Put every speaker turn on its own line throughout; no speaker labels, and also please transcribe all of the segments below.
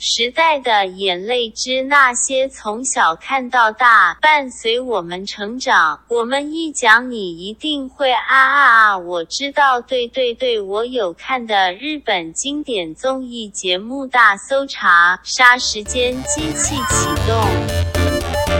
时代的眼泪之那些从小看到大，伴随我们成长。我们一讲，你一定会啊啊啊！我知道，对对对，我有看的日本经典综艺节目大搜查，杀时间机器启动。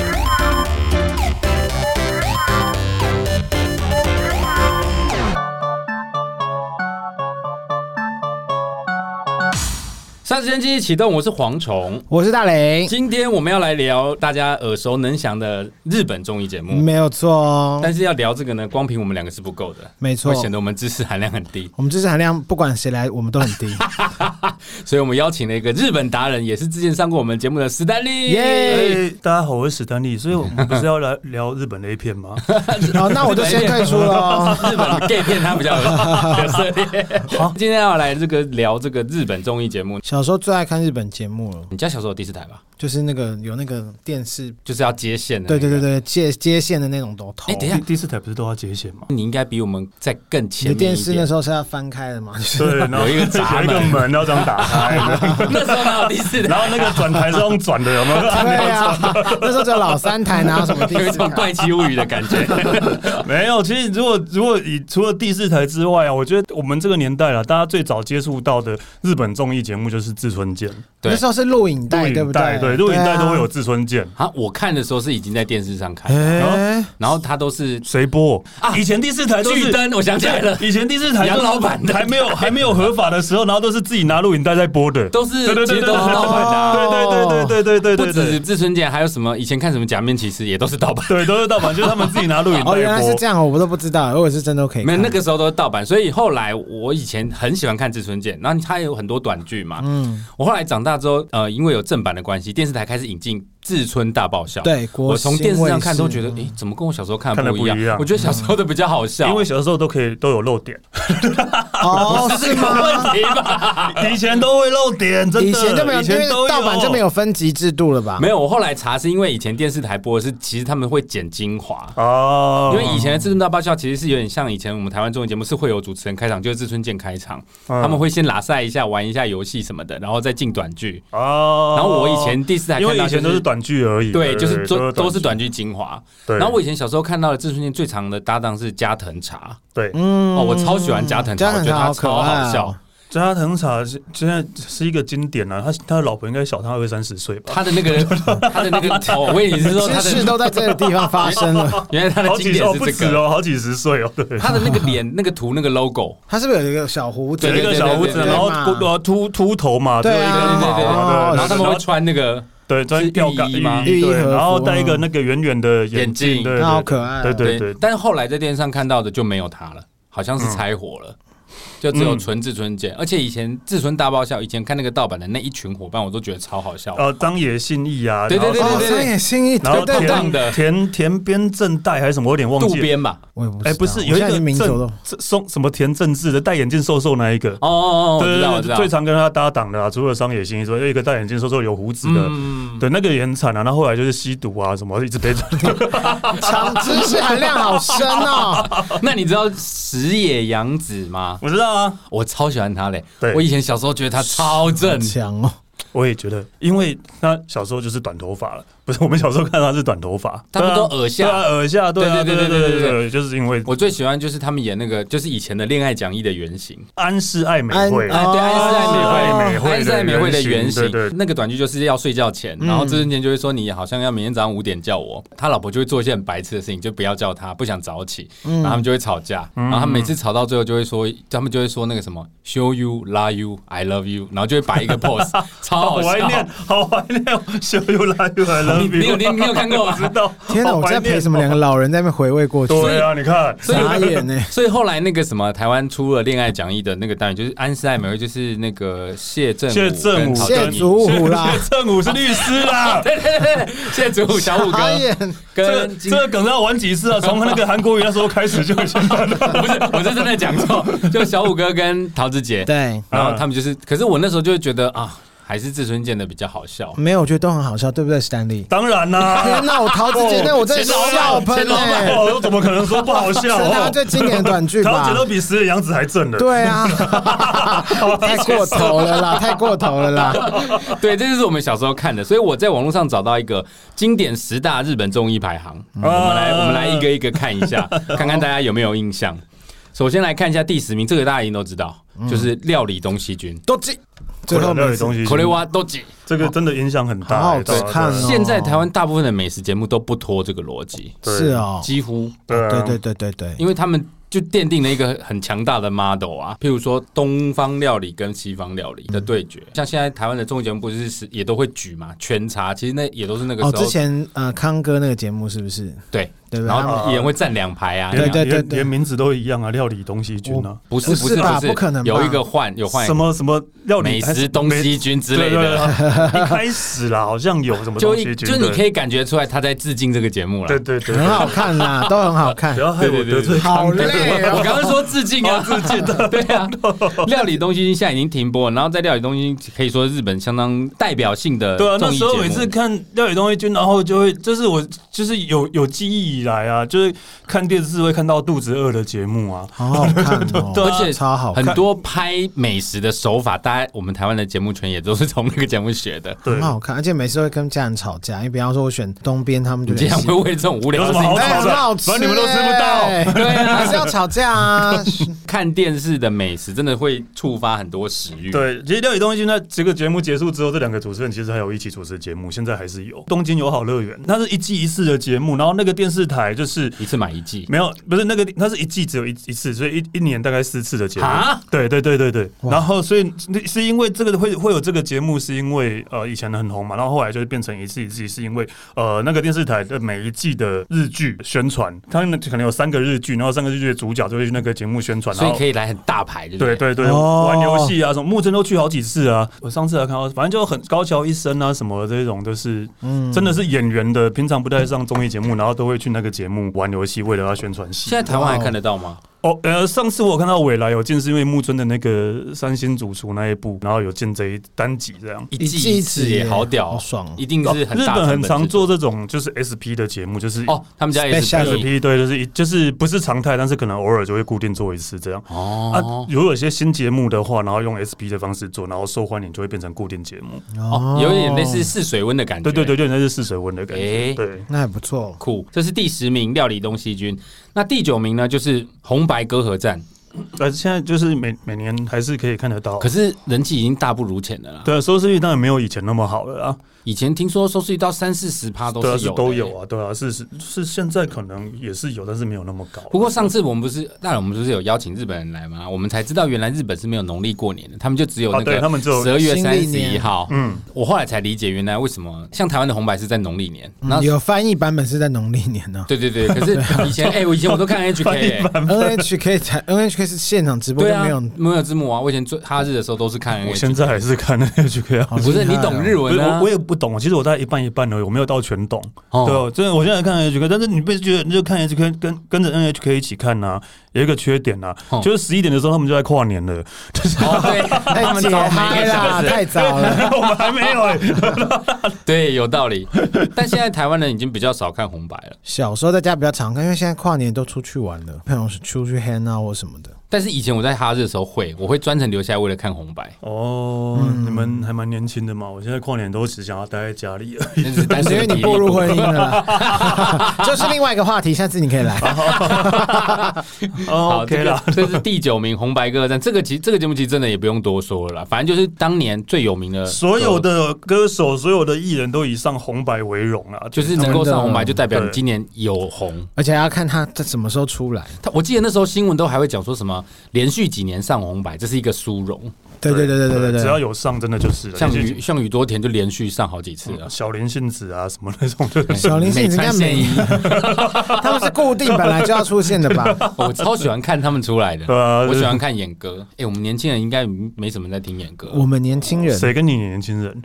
三时间机器启动，我是蝗虫。
我是大雷，
今天我们要来聊大家耳熟能详的日本综艺节目，
没有错哦，
但是要聊这个呢，光凭我们两个是不够的，
没错
会显得我们知识含量很低。
我们知识含量不管谁来，我们都很 低，
所以我们邀请了一个日本达人，也是之前上过我们节目的史丹利。
耶！
哎，大家好，我是史丹利，所以我们不是要来聊 日本的 A 片吗？
好，哦那我就先退出了哦。
日本的 gay 片他比较 有涉猎。好，今天要来这个聊这个日本综艺节目。
小时候最爱看日本节目了，
你家小时候有第四台吧？
就是那个有那个电视，
就是要接线的。
对对对。对，接接线的那种头头。
哎等一下
第第四台不是都要节险吗？
你应该比我们在更前
你
面
电视
一
那
点
时候是要翻开的嘛？就是
对，然后
有一个闸门
有一个门要这样打 开，
那时候哪有第 四台？
然后那个转台是用转的，有 没有？
对呀，那时候只有老三台，哪有什么电
有一
视啊
种
台？
怪奇物语的感觉。
没有，其实如果如果以除了第四台之外啊，我觉得我们这个年代了，大家最早接触到的日本综艺节目就是志村健，
对
那时候是录影
录
带，对
影
不
带，对，录影带都会有。志村健。
啊，我看的时候是已经在电视上看，
对啊哎
然，
然后他都是
谁播
啊
以前第四台都
巨
是
灯，我想起来了，
以前第四台
杨老板的
还没有还没有合法的时候，然后都是自己拿录影带在播的，
都是
对对
其
对
实
对
都是盗版的啊。
对对对对对对
不
对
只是
对，
志村健，还有什么以前看什么假面骑士也都是盗版，
对都是盗版，就是他们自己拿录影带
哦，原来是
播
这。样哦，我都不知道，如果是真的可以看。
没有那个时候都是盗版，所以后来我以前很喜欢看志村健，然后他有很多短剧嘛。
嗯，
我后来长大之后，呃，因为有正版的关系，电视台开始引进《志村大爆笑》。
对，
我从电视上看都觉得，
哎
诶，，怎么跟我小时候看
看
的
得
不一
不
样
一样？
我觉得小时候的比较好笑，
因为小时候都可以都有漏点，
哦，是吗？
问题吧。
以前都会漏点，真的
啊以前就没有，
以
因
前
为
都
盗版就没有分级制度了吧？
没有，我后来查是因为以前电视台播的是，其实他们会剪精华。
哦，
因为以前的《至尊大爆笑》其实是有点像以前我们台湾综艺节目是会有主持人开场，就是志村健开场，
嗯
他们会先拉赛一下，玩一下游戏什么的，然后再进短剧。
哦，
然后我以前第四台
因为
看到
以前
就
都
是
是短剧而已，
对，就是都都是短
剧，
剧精华。
对，
然后我以前小时候看到的志村健最长的搭档是加藤茶，
对
嗯
哦，我超喜欢加藤茶，
加
我
藤
觉得
茶
他
好可
超
爱
好
哦
笑。
加藤茶是现在是一个经典啊，他他的老婆应该小他二三十岁吧，
他的那个， 他的那个，哦，我以为你是说他
知识
的，
都在这个地方发生 了。
原来他的
好
经
几十
典
哦
是
不
这
止
个，
哦，好几十岁哦，对。
他的那个脸、那个图、那个 logo，
他是不是有一个小胡子？
对
有一个小胡子，
对对对
然后
对
秃呃秃秃头嘛，
对啊
就一
对
根
对对
毛
哦
嘛，对，
然后他们会穿那个。
对穿吊
是浴
杆
衣吗
浴衣
对，
和服
然后
啊
戴一
嗯
个那个圆圆的
眼镜
镜，对，对
那好可
啊
爱哦
对对对，嗯
但是后来在电视上看到的就没有他了，好像是拆伙了。就只有纯志村健，而且以前志村大爆笑，以前看那个盗版的那一群伙伴，我都觉得超好笑。
呃，张野信义啊，
对对对
然
哦
后，
三眼心意，
然后
对对对，
烫的
田田田边正代还是什么，我有点忘
渡
记了。
边吧，
我也不知道
哎，不是有
我
一
现在
个
名字我都
正 正松什么田正治的戴眼镜瘦瘦那一个，
哦哦哦，我
对
知道我
对
知
对，
道
最。常跟他搭档的啊，除了商野信一之外，有一个戴眼镜瘦瘦有胡子的，
嗯，
对，那个也很惨啊。那后来就是吸毒啊什么，一直被？
长知识含量好深哦。
那你知道石野洋子吗
我知道啊，
我超喜欢她嘞
对，
我以前小时候觉得她超正
很，强哦，
我也觉得，因为他小时候就是短头发了，不是我们小时候看他是短头发，
他们都耳下
对啊，耳下，对啊，
对
对
对对
对对
对对
对对，就是因为
我最喜欢就是他们演那个，就是以前的恋爱讲义的原型。
安室爱美惠，
安
哎，对，安室爱美
哦
惠，安室爱美惠的原型嗯
对对，
那个短剧就是要睡觉前，然后志尊健就会说你好像要明天早上五点叫我，他老婆就会做一些很白痴的事情，就不要叫他，不想早起，然后他们就会吵架，然后他们每次吵到最后就会说，他们就会说那个什么 show you love you I love you，然后就会摆一个 pose，超
好
好
怀
笑。
念，好怀念，秀又来又来了，
你你有你有看过吗
我知道。
天哪！
好
我
怀
在
念
陪什么两个老人在那边回味过去，
对啊，你看，
所以
傻眼呢。
所以后来那个什么，台湾出了恋爱讲义的那个单元，就是安室爱美惠，就是那个谢振武
谢
跟
振武
陶
谢
晶莹、
祖武啦，
谢正武是律师啦。
谢振武、小武
傻
哥
眼。
这个
跟金
这个梗要玩几次啊？从那个韩国语那时候开始就已经玩了。
不是，我是真 的讲错，就小五哥跟陶子姐，
对，
嗯然后他们就是，可是我那时候就会觉得啊，还是志村健的比较好笑？
没有，我觉得都很好笑，对不对，Stanley？
当然啦、
天哪，我桃子姐，那我真的笑喷哎！
哦，我怎么可能说不好笑？
是他最经典的短剧吧
桃姐都比石野洋子还正了。
对 啊，太过头了啦，太过头了 啦！
对，这就是我们小时候看的，所以我在网络上找到一个经典十大日本综艺排行，我们来我们来一个一个看一 下，看看大家有没有印象。首先来看一下第十名，这个大家一定都知道，就是料理东西君。
多吉，最
最
后
后
我
那
们
个东西，
口雷蛙都几？
这个真的影响很大、
好好
对
看哦
现在台湾大部分的美食节目都不拖这个逻辑，
对
是哦，
几乎，
对啊
对对对对对，
因为他们就奠定了一个很强大的 model 啊，譬如说东方料理跟西方料理的对决，像现在台湾的综艺节目不是是也都会举嘛全茶，其实那也都是那个
哦，
时候、
之前呃康哥那个节目是不是？
对，
对不对？
然
他们
后也会站两排啊，
对
连
对对
连
对
连名字都一样啊，料理东西君啊，
不是不
不是吧
不是，
不可能吧
有一个换有换一
什
个
么什么料理
美食东西君之类的。
的。对一开始啦，好像有什 么
就
东
一
西君，
就你可以感觉出来他在致敬这个节目了
对。对对
很
对，
好看 啦，都很好看
不。要害我得罪
好
康哥
累
我
哦，
刚刚说致敬啊，致敬的， 对啊。料理东西现在已经停播了，然后在料理东西可以说日本相当代表性的
对啊，
综
那
艺
时候每
节
次
目
看料理东西君，然后就会，这是我就是有有记忆以来啊，就是看电视会看到肚子饿的节目啊。
好好看 哦，
而且
超好
很
看，
多拍美食的手法，大家我们台湾的节目圈也都是从那个节目学的。
对
很，好看，而且每次都会跟家人吵架，因为比方说我选东边，他们就
你竟然会为这种无聊
有
的
什
事
么
情
好
哎，很好吃，
反正你们都吃不到
哎
对啊
还是要吵架啊。
看电视的美食，真的会触发很多食欲。
对，其实料理东西君在这个节目结束之后，这两个主持人其实还有一起主持节目，现在还是有《东京友好乐园》，它是一季一次的节目，然后那个电视台就是
一次买一季，
没有，不是那个，它是一季只有一一次，所以一一年大概四次的节目
啊。
对对对对对。
哇
然后，所以那是因为这个会会有这个节目，是因为呃以前很红嘛，然后后来就是变成一次一季，是因为呃那个电视台的每一季的日剧宣传，它那可能有三个日剧，然后三个日剧的主角就会去那个节目宣传，
所
然
以
后
可以来很大牌，对不
对
对？
对对，
哦
玩游戏啊，什么木村都去好几次啊。我上次还看到，反正就很高桥一生啊，什么这种，就是
嗯
真的是演员的，平常不太上综艺节目，然后都会去那个节目玩游戏，为了要宣传戏
现。在台湾还看得到吗？
哦，呃，上次我有看到未来有进，是因为木村的那个三星主厨那一部，然后有进这一单集这样。
一季一次也好屌，
好爽哦
一定是很
日
大
本很
成本
常
制
做
作
这种就是 SP 的节目，就是
哦，他们家也是
Special
SP
SP 对，就是一就是不是常态，但是可能偶尔就会固定做一次这样。啊
哦，
如果有些新节目的话，然后用 SP 的方式做，然后受欢迎就会变成固定节目。
哦，有点类似试水温的感觉。
对对对，就那是试水温的感觉。
诶
对，
那还不错。
酷，这是第十名料理东西君。那第九名呢，就是红白歌合战，
呃，现在就是每每年还是可以看得到。
可是人气已经大不如前了啦。
对啊，收视率当然没有以前那么好了啊。
以前听说收视率到三四十趴都
对啊，
是
是
有的
都
欸
有。啊，对啊，是是是，现在可能也是有，但是没有那么高。
不过上次我们不是，那我们不是有邀请日本人来吗？我们才知道原来日本是没有农历过年的，他们就只有那
啊对
个
他们只有
十二月
新
三
历
十一
年
号。
嗯，
我后来才理解，原来为什么像台湾的红白是在农历年，那
嗯有翻译版本是在农历年啊呢
对对对， 可是以前哎，我以前我都看 HK，欸
，NHK 才 NHK 是现场直播
对
就
啊
没有，
没有字幕啊。我以前做哈日的时候都是看 NHK，
我现在还是看那 HK 啊。
不是
厉害
你
哦
懂日
我
文啊
我我？也不懂，其实我大概一半一半而已，我没有到全懂。
哦
对，真的，我现在看 HK，但是你不觉得你就看 HK 跟跟着 NHK 一起看呐、有一个缺点呐、
哦
就是十一点的时候他们就在跨年了， 就是、
哦，对，他
太
们
解
早
嗨
没
啦，太早了。
我们还没有、 欸。
对，有道理。但现在台湾人已经比较少看红白了，
小时候在家比较常看，因为现在跨年都出去玩了，朋友是出去 hang out 或什么的。
但是以前我在哈日的时候会，我会专程留下来为了看红白，
哦，你们还蛮年轻的嘛，我现在跨年都只想要待在家里而已。
那是单
因为
身
你步入婚姻 了啦， 就是另外一个话题，下次你可以来。
哦
哦
好
OK 啦，，
这个这是第九名红白歌战。这个其这个节目其实真的也不用多说了啦，反正就是当年最有名 的，
所有的歌手、所有的艺人都以上红白为荣啊，
就
就是
是能够上红白，
真
就
的
代表你
对
今年有红。
而且还要看他他什么时候出来。
他我记得那时候新闻都还会讲说什么连续几年上红白，这是一个殊荣。
对对对对对对
呃只要
对，
有上，真的就是了
像
也
宇
许
像宇多田就连续上好几次了。
小林幸子啊什么那种，就是
小哦林是
美
你
川
看
宪
每
一，
他们是固定本来就要出现的吧？
我超喜欢看他们出来的。
对啊
我喜欢看演歌。哎、我们年轻人应该没什么在听演歌。
我们年轻人
谁跟你年轻人？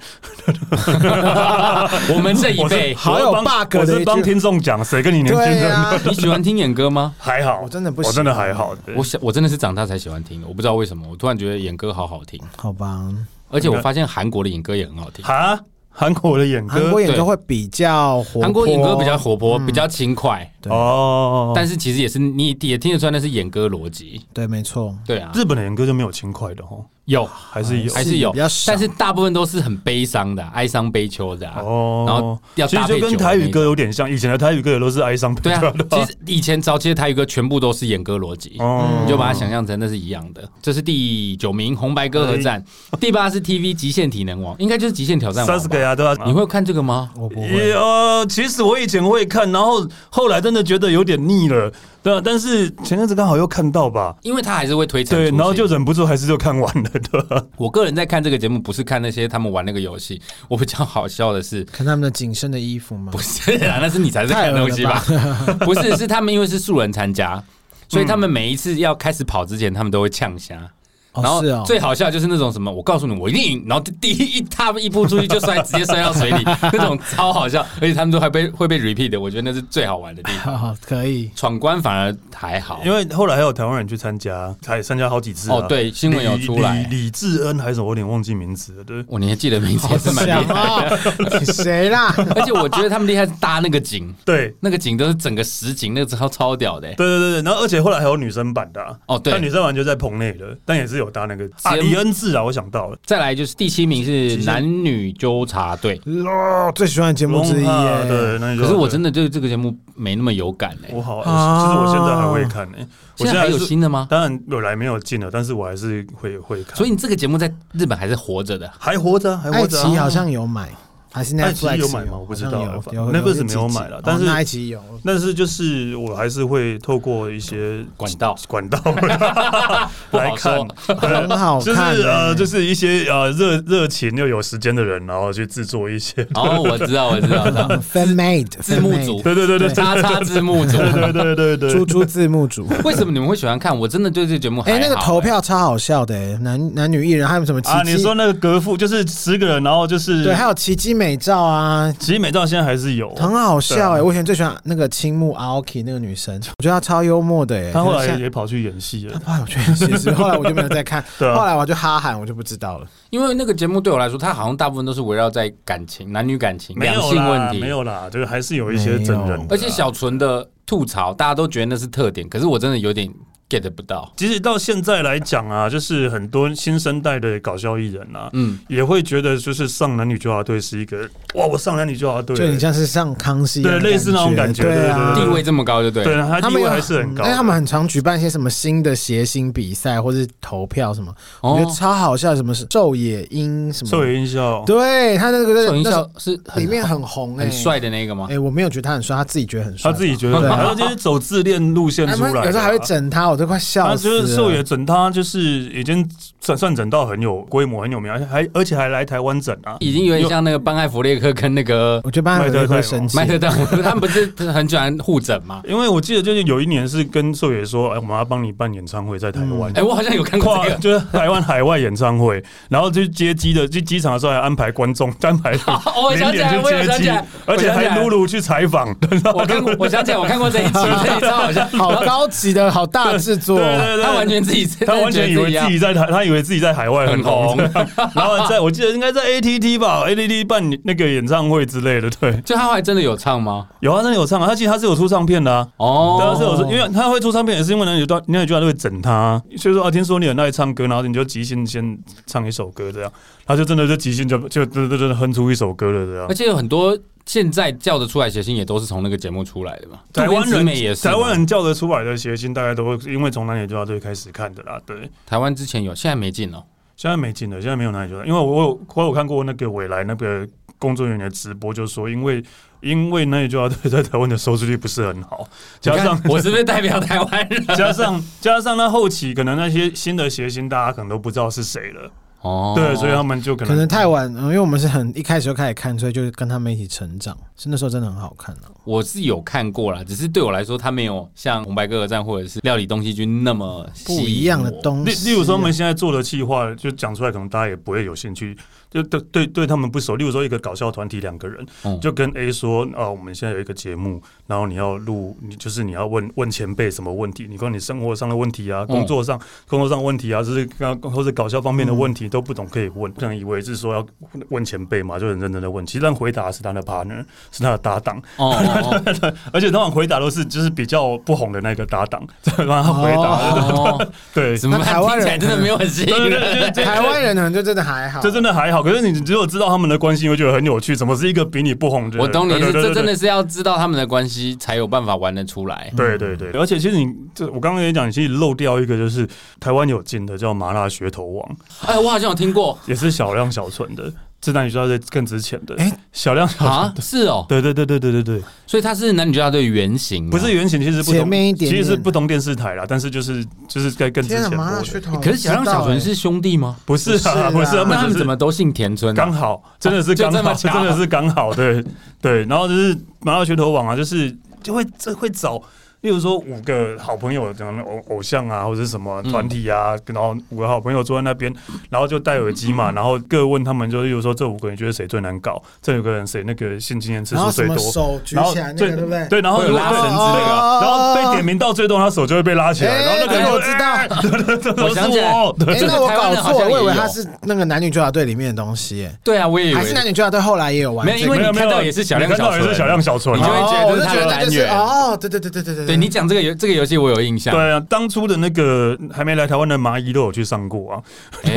我们这一
我
辈
是，
好有
我是帮
bug 的
我
一
是
句
帮听众讲，谁跟你年轻
对
人？
啊，
你喜欢听演歌吗？
还好，
我真的不
我
喜
真的
欢
还好。对
我想，我真的是长大才喜欢听，我不知道为什么，我突然觉得演歌好好听。
好吧，
而且我发现韩国的演歌也很好听，
哈，韩国的演
韩
歌
国演歌会比较活泼，
韩国演歌比较活泼，比较轻快，
对
哦，
但是其实也是你也听得出来那是演歌逻辑。
对，没错，
对啊，
日本的演歌就没有轻快的哦，
有
还是有
还是有
比较，少
但是大部分都是很悲伤的啊、哀伤悲秋的啊。
哦，
然后要
其实
搭配
就跟
酒的
台
那
语
一
歌
种
有点像，以前的台语歌也都是哀伤
对
悲
啊
调的，
其实嗯以前早期的台语歌全部都是演歌逻辑，
哦
你就把它想象成那是一样的。这是第九名红白歌合战，第八是 TV 极限体能王，应该就是极限挑战
三十
王
个
吧？
呀，啊对吧？
你会看这个吗？
我不
也
会。
呃，其实我以前会看，然后后来真的觉得有点腻了，对啊。但是前阵子刚好又看到吧，
因为他还是会推陈
对，
出
然后就
新
忍不住还是就看完了，对吧？
我个人在看这个节目，不是看那些他们玩那个游戏，我比较好笑的是，
看他们的紧身的衣服吗？
不是啊，那是你才在看东西吧？ 不是，是他们因为是素人参
嗯
加，所以他们每一次要开始跑之前，他们都会呛虾。
哦
然后
是哦
最好笑的就是那种什么，我告诉你，我一定赢。然后第一一踏一步出去就摔，直接摔到水 里，那种超好笑。而且他们都还被会被 repeat 的，我觉得那是最好玩的地方。
好，可以。
闯关反而还好，
因为后来还有台湾人去参加，他也参加好几次啊
哦对新闻有
李
出来
李李智恩还是什么，我有点忘记名字了，对。
我你还记得名字也是蛮厉
想
害。
啊，谁啦？
而且我觉得他们厉害是搭那个景，
对
那个景都是整个实景，那个超超屌的、欸。
对对对对，然后而且后来还有女生版的、啊、
哦对
但女生版就在棚内的，但也是有搭那个啊
节目
李恩智啊，我想到了，
再来就是第七名是男女纠察队，
哦，最喜欢的节目之一
啊对，
耶。
那就
可是我真
的
的对这个节目没那么有感哎、
我好，
啊
其实我现在还会看呢、欸我
现在还有
是
新的吗？
当然有来没有进了，但是我还是会会看。
所以你这个节目在日本还是活着的。
还活着啊，还
爱
活着
奇艺
啊。
好像有买，还是
爱奇艺
Netflix
有买吗我不知道
好像有有有
Netflix 没有
几集
买了但
哦
是
那爱奇艺有。
但是就是我还是会透过一些
管道
管道
不
来
好
看
说，
很好
就
看
是呃，
欸
就是一些呃热热情又有时间的人，然后去制作 一些，
哦，我知道，我知道，我知道
Fan made
字幕组，
对对 对对
叉叉字幕组。
对对对对对
猪猪字幕组。
为什么你们会喜欢看？我真的对这个节目还
哎、
好欸
那个投票超好笑的、欸，男男女艺人，还有什么奇迹、
啊，你说那个格父就是十个人，然后就是
对，还有奇迹美照啊，
其实美照现在还是有，
很好笑哎、
对啊
我以前最喜欢那个青木 Aoki 那个女生，我觉得她超幽默的哎、欸。
他后
可是
来
现在
也跑去演戏了，
后来我觉得其实后来我就没有再看，
对啊
后来我就哈喊，我就不知道了。
因为那个节目对我来说，它好像大部分都是围绕在感情、男女感情、
没
两
有
性
啦
问，题
没。有啦，就是还是有一些真
没
人
有
的啦，
而且小纯的吐槽，大家都觉得那是特点，可是我真的有点 get 不到。
即使到现在来讲啊，就是很多新生代的搞笑艺人啊，
嗯，
也会觉得就是上男女纠察队是一个哇，我上男女纠察队，
就你像是上康熙一样的
对类似那种感觉
对
对
啊。
地位这么高就对了。
对，
他
他地
们
位
有
还是很
嗯因
高的。
为他们很常举办一些什么新的谐星比赛或是投票什么，
哦
我觉得超好笑。什么是昼野樱什么？
受影响，
对他那个
宋云
那时候
霄是很
里面很红哎、
很帅的那个吗
哎、？我没有觉得他很帅，他自己觉得很帅
他
吧。
自己觉得，
对啊
然后就是走自恋路线
哎
出
他
来的啊，
有时候还会整他，我都快
他
笑死啊
就
了。
是秀也整他，就是已经算算整到很有规模、很有名，而且还而且还来台湾整啊。
已经有点像那个班艾弗列克跟那个
我觉得班艾弗会生气
麦。特 戴蒙，他们不是很喜欢互整吗？
因为我记得就是有一年是跟秀也说，哎，我们要帮你办演唱会在台湾
哎、。我好像有看过
跨
这个。
就是台湾海外演唱会，然后就接机的，就机场的时候还安排观众，安排
哦我
零
想起
点
来
去
我有
接
想起
机
来，
而且还露露去采访，
我看过，我想起来，我看过这一 集，这一集超好笑。
好高级的好大制作，啊
对对对，
他完全自己，
他完全以为自己在台，他以为自己在海外很红，
很
然后在我记得应该在 ATT 吧，ATT 办那个演唱会之类的，对，
就他后来真的有唱吗？
有啊，真的有唱啊，他其实他是有出唱片的啊。对啊，
哦，
是有出，因为他会出唱片，也是因为男女段男女段都会整他啊，所以说啊，听说你很爱唱歌，然后你就即兴先唱一首歌这样，他就真的就即兴就就就就就哼出一首歌了这样
而。且有很多现在叫得出来谐星也都是从那个节目出来的嘛。
台湾
渡边直
人
美也是嘛，
台湾人叫得出来的谐星，大概都会因为从男女对话队开始看的啦。对，
台湾之前有，现在没进哦。
现在没进了，现在没有哪里球因为我我有我有看过那个未来那个工作人员的直播，就说因为因为那里球队在台湾的收视率不是很好，加上
你看我是不是代表台湾 人？
加上加上那后期可能那些新的谐星大家可能都不知道是谁了，
哦
对，所以他们就可
可
能
能太晚，嗯因为我们是很一开始就开始看，所以就是跟他们一起成长，是那时候真的很好看啊。
我是有看过啦，只是对我来说，它没有像《红白歌合战》或者是《料理东西君》那么吸
不
引我
一样的东
例
西，啊
例如说我们现在做的企划，就讲出来可能大家也不会有兴趣，就对对对他们不熟。例如说一个搞笑团体两个人，
嗯
就跟 A 说啊，我们现在有一个节目，然后你要录，你就是你要问问前辈什么问题，你说你生活上的问题
嗯
啊，工作上、工作上问题啊，就是刚或者搞笑方面的问题
嗯
都不懂可以问，不能以为是说要问前辈嘛，就很认真的问，其实但回答是他的 partner，是他的搭档，
哦哦
而且通常回答都是就是比较不红的那个搭 档，再让他回答，
哦 哦，
对。
怎么
那
办
台湾
听起来
人
真的没有很吸
对
引
对
人？
对对
台湾人可能就真的还好，
这真的还好，可是你只有知道他们的关系，你会觉得很有趣。怎么是一个比你不红的人？
我懂你
对
是，
对对
这真
对
的是要知道他们的关系才有办法玩得出来。
对对对，而且其实你这我刚刚也讲，你其实漏掉一个，就是台湾有进的叫麻辣噱头王，
哎，我好像有听过
也是小量小存的，这男女校在更之前的，
哎
小量小
啊
存，
是哦，
对对对对对对对，
所以它是男女校队原型吗，
不是原型，其实不同
前面一点点
其实是不同电视台啦，但是就是就是在更之
天
前
啊，麻辣
播
噱
的，
头，
可是小亮、小纯
纯
是兄弟吗？
不是啊，
不
不
是
是
啊
啊，
那他
只
们
是
怎么都姓田村
刚
啊？
好，真的是刚
就这
好，
么
真
巧
的是刚好，对对。然后就是麻辣拳头网啊，就是就会这会找，例如说五个好朋友，可能偶偶像啊，或者是什
嗯
么团体啊，然后五个好朋友坐在那边，然后就戴耳机嘛，然后各问他们，就例如说这五个人觉得谁最难搞，这五个人谁那个性经验次
然
数
后什
最
么
多。
手举
然后
起来那个，对不对？
对，然后
会有拉
对
绳子
对
那个
哦
然后被点名到最多，他手就会被拉起来，
哎
然后那个
哎
人
我知道
道， 这都
我
是
想起来
我，对
哎、
这个
那我
台湾
搞
人好
错，
像也
我以为
有
他是那个男女纠察队里面的东西、哎
对啊，我也以
还是
为
男女纠察队后来也有玩
没有
这
因
个、
为
没有
你
没
看
有
到也是小量
你看到
小
也是
纯
小量小啊纯，
你就会觉得
哦我就
它
觉
的
得
来
就是
源
哦，对对对对对对
对你讲这个游这个游戏我有印象。
对啊，当初的那个还没来台湾的蚂蚁都有去上过啊。
哎，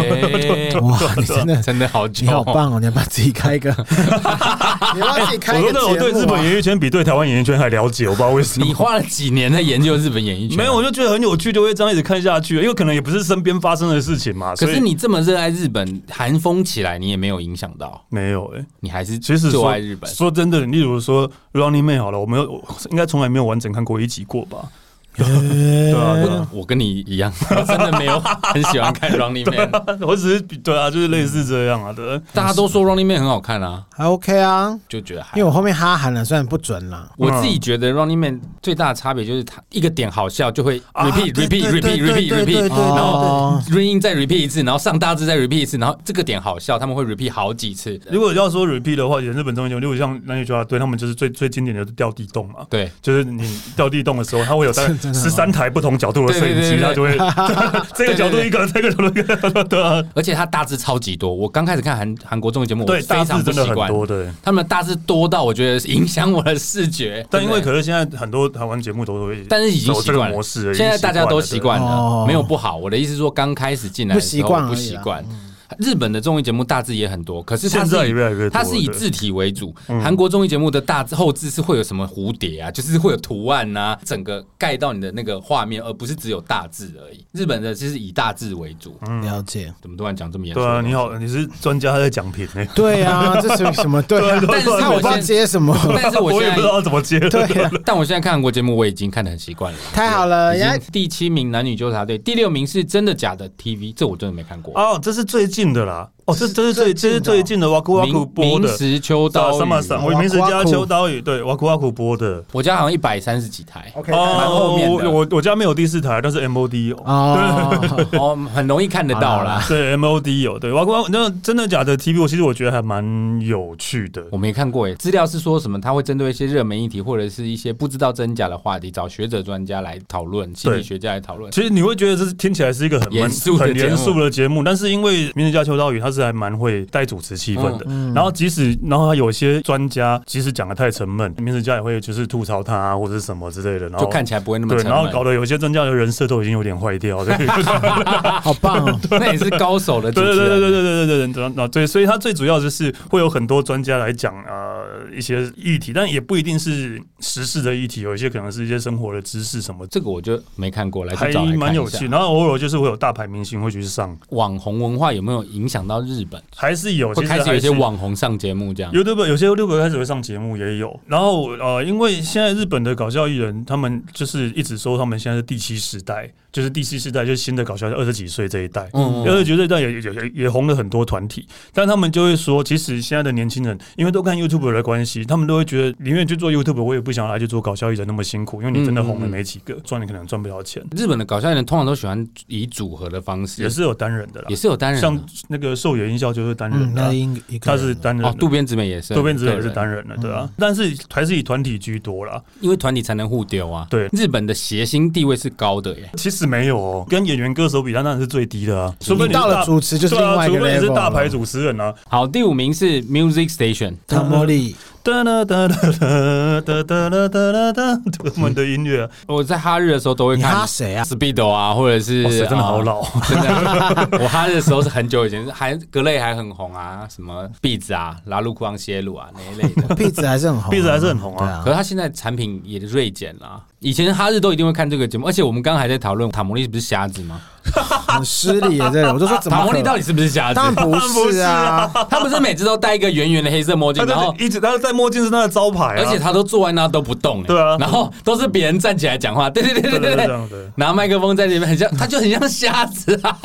哇，你真的
真的好久
你好棒哦！你要不要自己开一个？你要不要自己开
哎我
一个
说真的，我对
节
日
目啊
本演艺圈比对台湾演艺圈还了解，我不知道为什么。
你花了几年在研究日本演艺圈？ 啊
没有，我，就觉得很有趣，就会这样一直看下去，因为可能也不是身边发生的事情嘛。
可
所以
是你这么热爱日本，韩风起来你也没有影响到，
没有哎、
你还是
其实
热
说
爱日本。
说真的，例如说 Running Man 好了，我没有，我应该从来没有完整看过一集过 吧？对啊，对啊。
我跟你一样， 我真的没有很喜欢看 Running Man，
我只是比对啊，就是类似这样啊，对，
大家都说 Running Man 很好看啊，
还 OK 啊，
就觉得还
因为我后面哈韩了，虽然不准啦。
嗯
我自己觉得 Running Man 最大的差别就是它一个点好笑就会 repeat
啊对
repeat
对对
repeat
对
repeat
对对
repeat，
对
然后
哦
ring 再 repeat 一次，然后上大字再 repeat 一次，然后这个点好笑，他们会 repeat 好几次。
如果要说 repeat 的话，以前日本综艺节目，例如像男女纠察队，他们就是最最经典的就是掉地洞嘛。
对，
就是你掉地洞的时候，它会 有大概
真的吗
十三台不同角度的摄影机，
对对对对
它就会 这个角度一个，这个角度一个，对啊
而且它大字超级多。我刚开始看韩韩国综艺节目，我
对，
非
大
常
致
不
真的
习
很
惯，
多对。
他们的大字多到我觉得影响我的视觉。
但因为
对不对
可是现在很多台湾节目都会，
但是已经
走
习
这个
惯了
模式了，
现在大家都习惯
已经习惯了
了，
对
没有不好。我的意思是说，刚开始进来的时候
哦不习惯而已啊
不习惯。日本的综艺节目大字也很多，可是它
现
是
在
以
也越来越多了
它是以
对嗯
字体为主。韩国综艺节目的大字后字是会有什么蝴蝶啊，就是会有图案啊，整个盖到你的那个画面，而不是只有大字而已。日本的就是以大字为主。
了解。
怎么突然讲这么严肃
嗯对
的
啊，
东西？
你好，你是专家在讲评呢，
对啊，这是什么对啊？
但 是我
看我不知道接什么。
但是我
我也
现
不知
在，
道怎么接。
对啊，
但我现在看韩国节目，我已经看得很习惯了。
太好了，
呃
已
呀
经！第七名男女纠察队，第六名是真的假的 TV，这我真的没看过。
哦，这是最近的啦，哦，这这是最这
最近的哦
是最近的哇酷哇酷
啊明
播
明
的，
石秋刀
三马
鱼，
三，我名字加
Waku Waku
秋刀鱼，对哇酷哇酷播的。
我家好像一百三十几台
OK，
蛮后
哦，
面
我
的
我我家没有第四台，但是 MOD 有。
哦，
哦，很容易看得到啦。
对 MOD 有对，哇哇那真的假的 TV，我其实我觉得还蛮有趣的。
我没看过诶，资料是说什么？他会针对一些热门议题或者是一些不知道真假的话题，找学者专家来讨论，心理学家来讨论。
其实你会觉得这是听起来是一个很
严肃的
很
节目
严肃的节目，但是因为《明日家秋刀鱼》它是还蛮会带主持气氛的。
嗯
然后即使然后他有些专家即使讲的太沉闷，明日家也会就是吐槽他、啊、或者是什么之类的，然后
就看起来不会那么
对，
沉
然后搞
闷，
得有些专家的人设都已经有点坏掉。 对
好棒哦！
那也是高手的主啊
对对
持
对对对
人。
对对对对，然后对，所以它最主要就是会有很多专家来讲呃一些议题，但也不一定是时事的议题，有一些可能是一些生活的知识什么，
这个我就没看过，来
还
去找来看一下
蛮有趣。然后偶尔就是会有大牌明星会去上，
网红文化有没有影响到日本？
还是有，
会
其实
开始
还
有一些
是
网红上节目这样？
啊 YouTube 有些 YouTube 开始会上节目也有，然后呃，因为现在日本的搞笑艺人，他们就是一直说他们现在是第七世代，就是第七世代就是新的搞笑二十几岁这一代，
嗯嗯嗯
二十几岁这一代也也也也红了很多团体，但他们就会说，其实现在的年轻人，因为都看 YouTube 的关系，他们都会觉得宁愿去做 YouTube，我也不想来去做搞笑艺人那么辛苦，因为你真的红了没几个，赚你可能赚不了钱，
日本的搞笑艺人通常都喜欢以组合的方式，
也是有单人的啦啊
也。是有单人的，
像那个寿咒语音效就是单
嗯，
人的
那
啊，
应一个
他
人
是单人
哦，
的
渡。边直美也是，
渡边直美也是
对嗯
单人的，对啊，但是还是以团体居多啦。
因为团体才能互丢啊。
对
日本的谐星地位是高的耶。
其实没有哦，跟演员歌手比，他当然是最低的啊。除非
你
是
到了
大
主持就是
对啊
另外一个
除非你是
level
大
了
牌主持人啊。
好，第五名是 Music Station，
汤莫利，
哒啦哒啦哒哒哒啦哒啦哒，他们的音乐啊，
我在哈日的时候都会
你哈
看
谁啊？
Speedo 啊，或者是
哇塞，真的好
啊
老。
真的，我哈日的时候是很久以前，还格雷还很红啊，什么壁纸啊、拉鲁库昂歇鲁啊那一类 的。
壁纸还是很红啊，
壁纸还是很红
对
啊
可是他现在产品也锐减了、啊，以前哈日都一定会看这个节目，而且我们刚刚还在讨论塔摩利是不是瞎子吗？
啊，很失礼啊！这个我就说怎么
塔摩
可
利
能
到底是不是瞎子？
当然不是啊，
他不是每次都戴一个圆圆的黑色墨镜，
他
然后
就一直，他戴墨镜是他的招牌啊，
而且他都坐在那都不动、欸，
对啊
然后都是别人站起来讲话，对对对对
对对
对
啊对，这
对，
样对。
拿麦克风在里面很像，他就很像瞎子啊。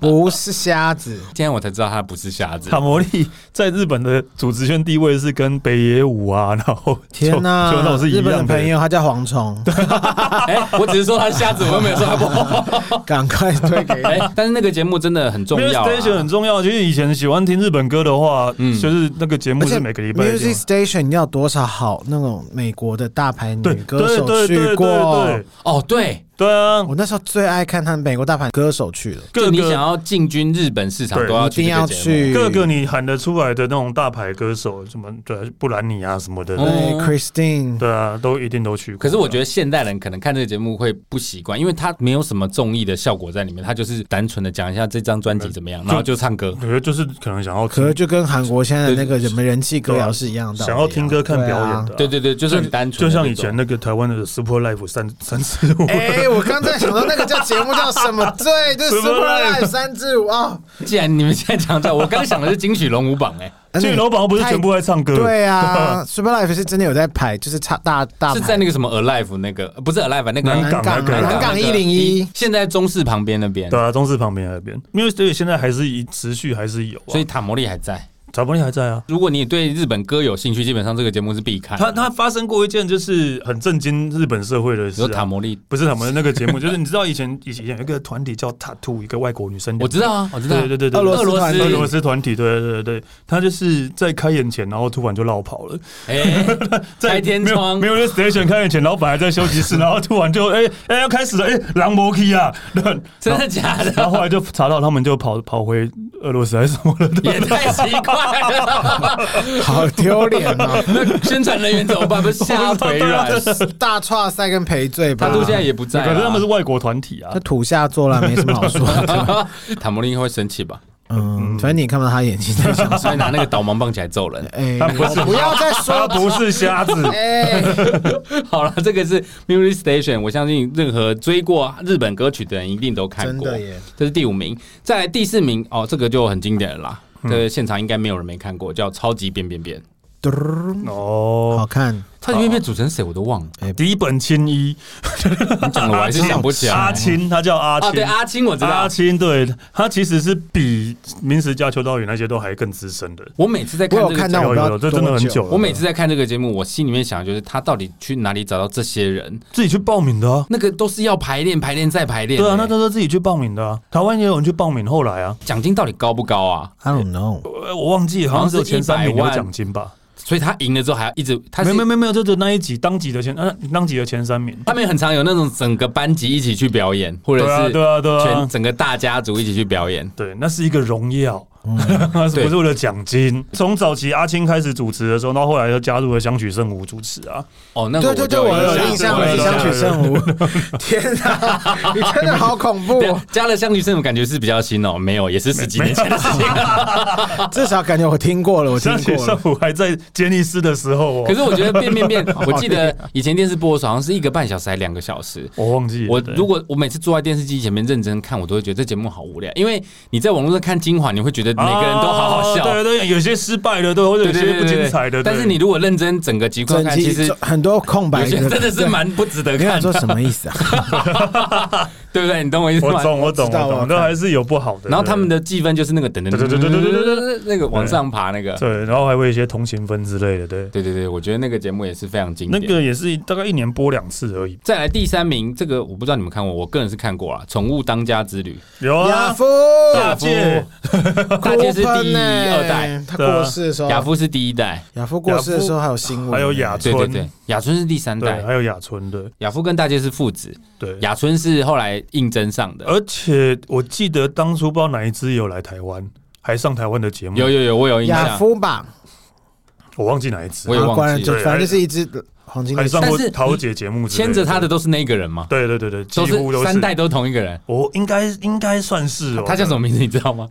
不是瞎子，
今天我才知道他不是瞎子，
塔摩利在日本的主持圈地位是跟北野武啊，然后
天
哪，
哪
就老！师一
日本的
样
朋友他叫蝗虫，
哎、我只是说他是瞎子，我又没有说他不 好。
赶快推给
哎、但是那个节目真的很重
m u s
要、
i Station 很
啊。
重要。其实以前喜欢听日本歌的话，
嗯
就是那个节目
而且
是每个礼拜一定有
Music Station 你要多少好那种美国的大牌女
对
歌
对
手
对
去
对对
过？
对啊
哦，对，
对啊，
我那时候最爱看他们美国大牌歌手去了，
各
就
个
你想要进军日本市场，
对
都要
一
去
定
这
要
个节目。
去
各个你喊得出来的那种大牌歌手，什么对布兰妮啊什么的，
对
哦
Christine，
对啊，都一定都去过。
可是我觉
得
得现代人可能看这个节目会不习惯，因为他没有什么综艺的效果在里面，他就是单纯的讲一下这张专辑怎么样，然后就唱歌。
我觉得就是可能想要
可是就跟韩国现在的那个什么人气歌
对啊
谣是一样的，
想要听歌看表演的啊，
对对对，就是很单纯
就
的这种，
像以前那个台湾的 Super Life 三 三四五，
哎、我刚才想到那个叫节目叫什么？对， 就是
Super
Super
Live
Live 三至五啊。
既然你们现在讲到，我刚想的是金曲龙虎榜、 哎
这楼榜不是全部在唱歌，
太对 啊，Super Life 是真的有在排，就是差大大
哎，是在
排
那个什么 Alive 那个，呃不是 Alive 那个
南港
港
那个
南
那
港
个
一零一，
现在中视旁边那边
对，啊，中视旁边那边，因为所以现在还是以持续还是有啊，
所以塔摩利还在。
查伯利还在啊。
如果你对日本歌有兴趣，基本上这个节目是必 看。
他他发生过一件就是很震惊日本社会的事、
有塔
啊，
摩利，
不是他们那个节 目，就是你知道以前以前有一个团体叫 Tattoo，一个外国女生，
我知道啊，我知道啊，
对对对对
俄罗斯
俄罗
团
斯
体
俄罗斯团体，对对对对，他就是在开演前，然后突然就落跑了，
哎，
在
开天窗
没有没有在 station 开演前，然后本来在休 息室，然后突然就哎哎要开始了，哎狼摩 k 啊，对
真的假
然后
的？
后来就查到他们就跑跑回俄罗斯还是什么了，
也太奇怪了，
好丢脸 哦！
那宣传人员怎么办？不是吓到腿软？
大串赛跟赔罪吧
他，都现在也不在啊，
啊可是他们是外国团体啊
他，土下座了，没什么好说的。
塔摩利应该会生气吧？
嗯，反正你看不到他眼睛在想。
所以拿那个导盲棒起来揍人。
哎、
他不是
不要再
他
说
不是瞎 子，
哎、
好了，这个是 Music Station，我相信任何追过日本歌曲的人一定都看过。
真的耶
这是第五名，再来第四名哦，这个就很经典了啦。
嗯
这个现场应该没有人没看过，叫《超级变变变》。
嘟好
哦，
看，
超级变变变主持人谁我都忘了，
底本清一，
你讲了我还是想不起来。
阿青，他叫阿
啊，对
青。
阿青我知道
阿。青对他其实是比明石家、秋刀鱼那些都还更资深的。
我每次在
我
看
有
这个
看
节
到，
目，
我不知道
有有这真的
多
很久了
我每次在看这个节目，我心里面想的就是他到底去哪里找到这些人？
自己去报名的啊，
那个都是要排练、排练再排练的
对
耶。
啊，那都是自己去报名的啊。台湾也有人去报名，后来啊，
奖金到底高不高啊？
I don't know，
呃我忘记好像只有前三名有奖金吧？
所以他赢了之后还要一直，他
没
是啊
有没有没有没有，这就那一集当集的前，呃，当集的前三名。
他们也很常有那种整个班级一起去表演，或者
对啊
是
对啊对啊
全，整个大家族一起去表演。
对，那是一个荣耀， 那是不是为了奖金？从早期阿青开始主持的时候，到后来又加入了香取慎吾主持啊，
哦，那个
对对对，我
有
有
印
印象，
象我
我
有
是
印象
想取胜 无。天哪、你真的好恐怖、
对
哦
啊！加了香菊这种感觉是比较新哦，没有，也是十几年前的事情。
至少感觉我听过了，我听
香取
过
慎
了。
吾还在杰尼斯的时候哦，
可是我觉得变变变， 我记得以前电视播的时候好像是一个半小时还两个小时。
我忘记了
我
对
如果我每次坐在电视机前面认真看，我都会觉得这节目好无聊，因为你在网络上看精华，你会觉得每个人都好好笑。
啊对对对，有些失败的，对，或者
对
有
对
些
对
不
对
精
对
彩的。对
但是你如果认真整个集观
整
看，
集
其实
很多空白
有些真的是
对
蛮不值得
你想
看
说
的。
什么意思啊？
对不对？你懂我意思
我
吗？
懂，我懂，
知道
我
我看
懂，都还是有不好的。
然后他们
的
的计分就是那个等等等等等等那个往上爬那个。
对，然后还会有一些同情分之类的，对，
对对对，我觉得那个节目也是非常经
那
典。
个也是大概一年播两次而已。
再来第三名，这个我不知道你们看过，我个人是看过啊，《宠物当家之旅
有
亚
啊，
夫，
大介，
大介是
郭喷
第
欸
二代，
他
对啊
过世的时》，候，
亚夫是第一代，
亚夫过世的时候还有新闻，
还有雅
对对
春，
对，雅春是第三
对，
代，
还有雅春，对
雅夫跟大介是父子，
对。
雅春是后来应征上的。
而且我记得当初不知道哪一支有来台湾，还上台湾的节目，
有有有，我有印
亚
象。
夫吧，
我忘记哪一支
我，也
然后
忘
关了
记
就
了
反正就是一只黄金
还
猎
上
犬。
过
但是
桃姐节目之类
牵着他的，都是那个人吗？
对对对对，几
都
乎都是
三代，都同一个人。
我应该应该算是哦。
他叫什么名字你知道吗？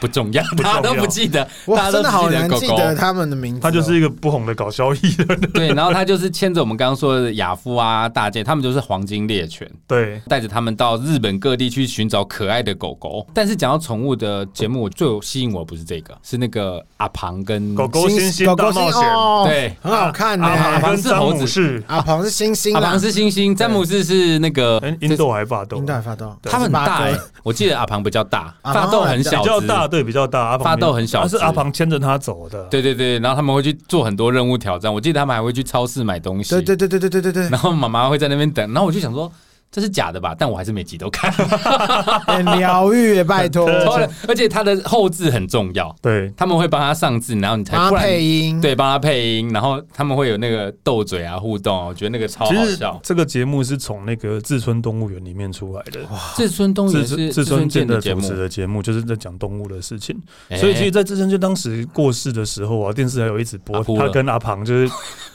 不重要，
重要
大家都不记得，
哇，
大家都
真的好
只
难记
记得狗
得
狗。
他们的名字哦。
他就是一个不红的搞笑艺人，
对，然后他就是牵着我们刚刚说的亚夫啊、大健，他们就是黄金猎犬，
对，
带着他们到日本各地去寻找可爱的狗狗。但是讲到宠物的节目，我最有吸引我不是这个，是那个阿庞跟
狗狗星星
狗狗
大冒
星
险，
哦，
对
很好看呢。
阿
啊
庞跟詹姆士，
阿庞是星星
啊
阿
啦
庞，是星星，詹姆斯是那个
哎，印度还发豆
应，该发豆，
他们很大
18
哎、
个
我记得阿庞比较大，
阿
发
庞
豆很
比
小，
比较大，。对，比较大。阿庞
发豆很小
他啊是
只
阿庞牵着他走的，
对对对，然后他们会去做很多任务挑战，我记得他们还会去超市买东西。
对对对对对对对对，
然后妈妈会在那边等，然后我就想说这是假的吧，但我还是每集都看，
很哎疗愈耶，拜托，
超了而且他的后置很重要，
对，
他们会帮他上字，然后你才
帮
不
他
然
配音，
对帮他配音，然后他们会有那个斗嘴啊互动啊，我觉得那个超
其
好
实
笑。
这个节目是从那个志村动物园里面出来的，
至尊动物园是尊
志村
健
健
的
的
节
主
目
持，的节目就是在讲动物的事情，
哎
所以其实，在志村健当时过世的时候啊，电视还有一直播
啊哭了
他跟阿庞就是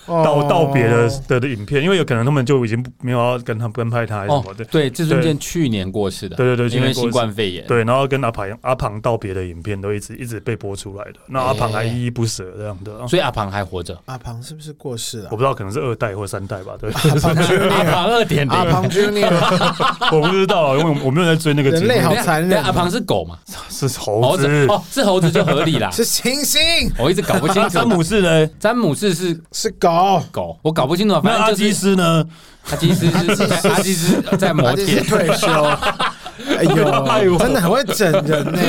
哦，
道道别的的的影片，因为有可能他们就已经不没有要跟他跟拍他还是什
哦
么的，
对，至尊健去年过世的，
对对对去
因为
年过世
新冠肺炎，
对，然后跟阿庞阿庞道别的影片都一直一直被播出来的，那阿庞还依依不舍这样的，
哎
啊
所以阿庞还活着，
阿庞是不是过世了
我不？知道可能是二代或三代吧，对，
阿庞
阿
Junior，
庞二点零
阿。庞 Junior，
我不知道啊，因为我我没有在追那个节
人类好
目，
残
对
忍
阿，庞是狗嘛？
是猴
猴子
子。
哦，是猴子就合理啦。
是星星，
我一直搞不清楚。
詹姆士呢？
詹姆士是
是狗，
狗，我搞不清楚，
那
反
阿
正就
基
是
斯呢？
阿基斯是在阿基斯在摩
而且
天
是，退休。 哎
哎呦
呦，真的很会整人呢！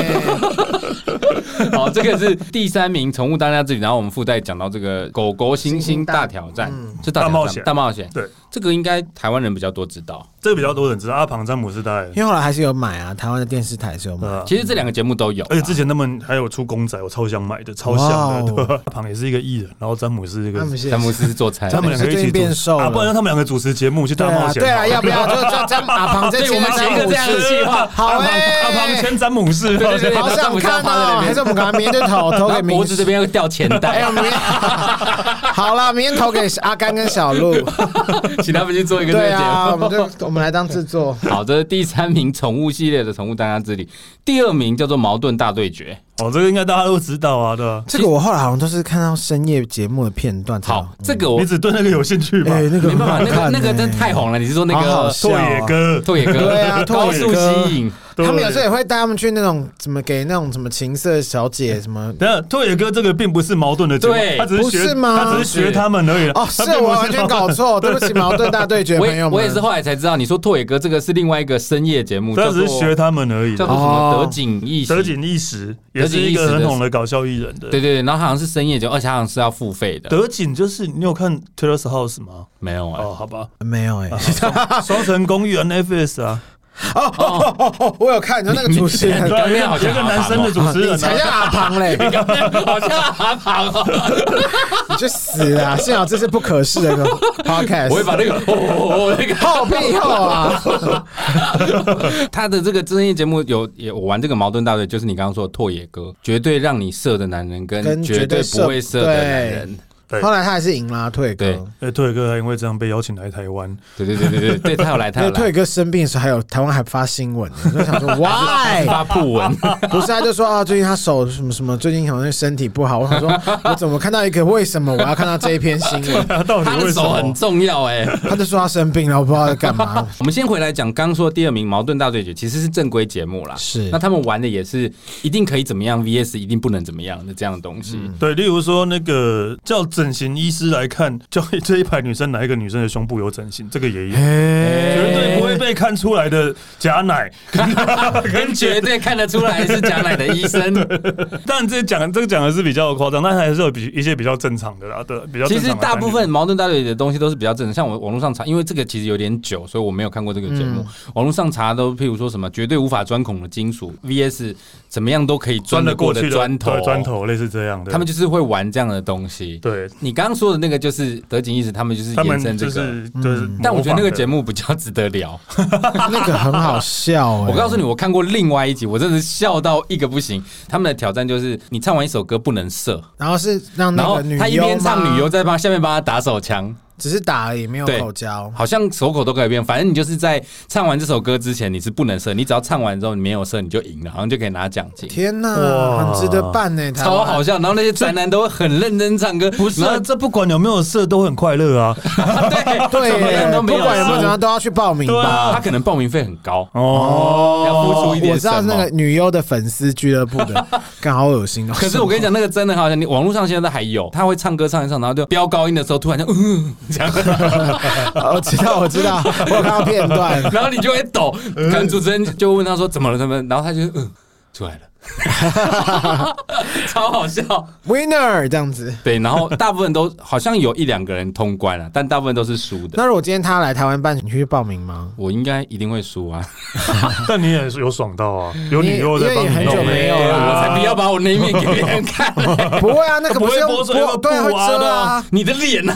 好，这个是第三名宠物当家之旅，然后我们附带讲到这个狗狗星星大挑战，
嗯
是大挑战
大冒险
大冒险，
对，
这个应该台湾人比较多知道。
这个比较多人知道。阿庞詹姆士大概，
因为后来还是有买啊，台湾的电视台是有买
对。啊
其实这两个节目都有啦，
而且之前他们还有出公仔，我超想买的，超像的。
哇哦
对吧 阿庞也是一个艺人，然后詹姆士这个
他，们现
詹姆
在
斯是做菜的，
他们两个一
最
起
近变
主
瘦
啊，
了
不然让他们两个主持节目去
对
大冒
啊，
险。
对啊，要不 要就就这样阿庞再
对，
签
我们
詹
写一个
姆
这样的
士？
计划，
好
阿庞
哎，
阿庞签詹姆士，
对对对
好想看哦！还是我们赶快明天 就投
然
投给
后
明
脖子这边要掉钱
哎，
袋
我，们明天 好啦，明天投给阿甘跟小鹿。
请他们去做一个这个
对
节
啊，我
目
们。就我们来当制作。
好，这是第三名宠物系列的宠物当家之旅，第二名叫做矛盾大对决。
哦，这个应该大家都知道啊，对吧？
这个我后来好像都是看到深夜节目的片段才。
好，这个我
你只对那个有兴趣吧？
哎，那个
没办法，
很好
那个
看
那个
欸
真太红了。你是说那
好好
个
笑啊
拓野哥，
拓野哥？
对啊
高
拓
速
野哥
吸引。
他们有时候也会带他们去那种怎么给那种什么情色小姐什么。
等一下，拓野哥这个并不是矛盾的节目
对，
他只是
不
学
是吗
他只是学他们而已。
哦，是
他并不
我完全
矛
搞错，对不起，矛盾大对决
我
朋
也
友们。
我也是后来才知道，你说拓野哥这个是另外一个深夜节目，
他
叫
只
做
是学他们而已
叫
啦。
做什么
哦
德景艺
德锦一时
德
也
锦
是
一时
一个
的
很红的搞笑艺人的。
对对对，然后好像是深夜节目，而且好像是要付费的。
德锦就是你有看 Terrace House 吗？
没有啊
哦，，好吧，
没有哎、
哦
双城公寓 NFS 啊，
哦，我有看，你说那个主持 人
你，刚刚好
啊有
像
一个男生的主持
你
人
才
啊。
叫阿庞嘞，
好像阿庞哦，
你去死啊！幸好这是不可视的 podcast，
我会把那 个哦哦哦那个
后背后 啊，
他的这个真人节目有也我玩这个矛盾大队，就是你刚刚说的拓野哥，绝对让你射的男人跟
跟
绝
绝对
对
射
不会射的男人，
对
后来他还是赢了啊退
对
哥。
哎，拓野哥还因为这样被邀请来台湾，
对对对对对， 对他有来他
那
有
个退
来
哥生病的时候，还有台湾还发新闻， 我就想 说 why？
发布 文，
不是，他就说啊，最近他手什么什么，最近好像身体不好。我想说， 我怎么看到一个为什么我要看到这一篇新 闻？
他到底
他
为
的
什
手很
么？
重要哎、
他就说他生病了，我不知道在干 嘛。
我们先回来讲，刚说第二名《矛盾大对决》其实是正规节目啦，
是
那他们玩的也
嗯
是一定可以怎么样 VS 一定不能怎么样的这样的东西。
对，例如说那个叫《整形医师来看，就这一排女生哪一个女生的胸部有整形，这个也有，
哎
绝对不会被看出来的假 奶。
跟绝对看得出来是假奶的医 生。
但这讲这个讲的是比较夸张，但还是有比一些比较正常的啦，对，比较正常的
其实大部
概
分
念
矛盾大队里的东西都是比较正常，像我网络上查，因为这个其实有点久，所以我没有看过这个节
嗯
目。网络上查都譬如说什么绝对无法钻孔的金属 VS 怎么样都可以钻
钻得
得
过
过
去
的
的
砖头，
对砖。头类似这样的，
他们就是会玩这样的东西。
对
你刚刚说的那个就是德景意识，他们就是
他
衍
们
生这
就
个。嗯
是就是，
但我觉得那个节
目。
目比较值得聊。
那个很好笑哎、
我告诉你，我看过另外一集，我真的是笑到一个不行。他们的挑战就是你唱完一首歌不能射，
然后是让
然
那
后
个女优
他一边唱
吗
女优，在帮下面帮他打手枪。
只是打而已，没有
对
口交。
好像手口都可以变，反正你就是在唱完这首歌之前，你是不能射，你只要唱完之后你没有射，你就赢了，好像就可以拿奖金，
天啊哪、
哇
很值得办呢、台湾
超好笑。然后那些宅男都会很认真唱歌，
不是、
然
啊，
后
这不管有没有色都很快乐啊！
对
对
怎么样
耶，
都
不
没有
管有没有怎
射
样都要去报名
对
吧。
啊
他可能报名费很高，
哦，
要付出一
我
点
知
什
道是那
么
个。女优的粉丝俱乐部 的，干好恶心哦。
可是我跟你讲，那个真的好像你网络上现在还有，他会唱歌唱一唱，然后就飙高音的时候突然就 嗯这样，
讲，哦我知道，我知道，我有看到片段。
然后你就会抖。可能主持人就问他说怎么了怎么了，然后他就嗯出来了， 超好笑。
Winner 这样子。
对，然后大部分都好像有一两个人通关了、但大部分都是输的。
那如果今天他来台湾办，你去报名 吗？
我应该一定会输啊！
但你也是有爽到啊，有女优在帮
因为
你
很久
弄啊
没有
哎
啦
我才不要把我那一面给别人 看、
不会啊，那个
不会
是
剥
用
水会
对啊，会
布啊
遮
的
啊，
你的脸啊！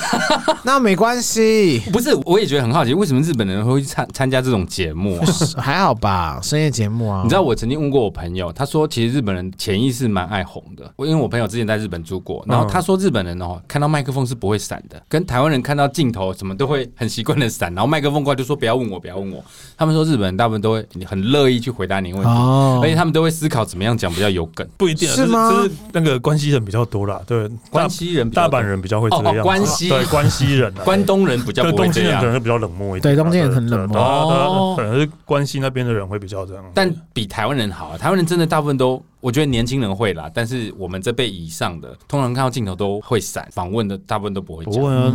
那没关系，
不是，我也觉得很好奇，为什么日本人会去参参加这种节目、啊？
还好吧，深夜节目啊。
你知道我曾经问过我朋友，他说其实日本人潜意识蛮爱红的。我因为我朋友之前在日本住过，
嗯
然后他说日本人哦看到麦克风是不会闪的，跟台湾人看到镜头什么都会很习惯的闪，然后麦克风过来就说不要问我，不要问我。他们说日本人大部分都会很乐意去回答你问题，
哦
而且他们都会思考怎么样讲比较有梗。
不一定啊，
是
这
吗
这是那个关西人比较多啦，对，
关西人比较
大
多
阪人比较会这个
哦哦
样子，
关西
对 关西人啊，
关东人比较
对
不会
东京
这
人可能
样，
会比较冷漠一点啊，
对东京人很冷漠
哦
哦，
对可能是关西那边的人会比较这样，
但比台湾人好、啊。台湾人真的大部分都，我觉得年轻人会啦，但是我们这辈以上的，通常看到镜头都会闪，访问的大部分都不会
不
讲。
会啊，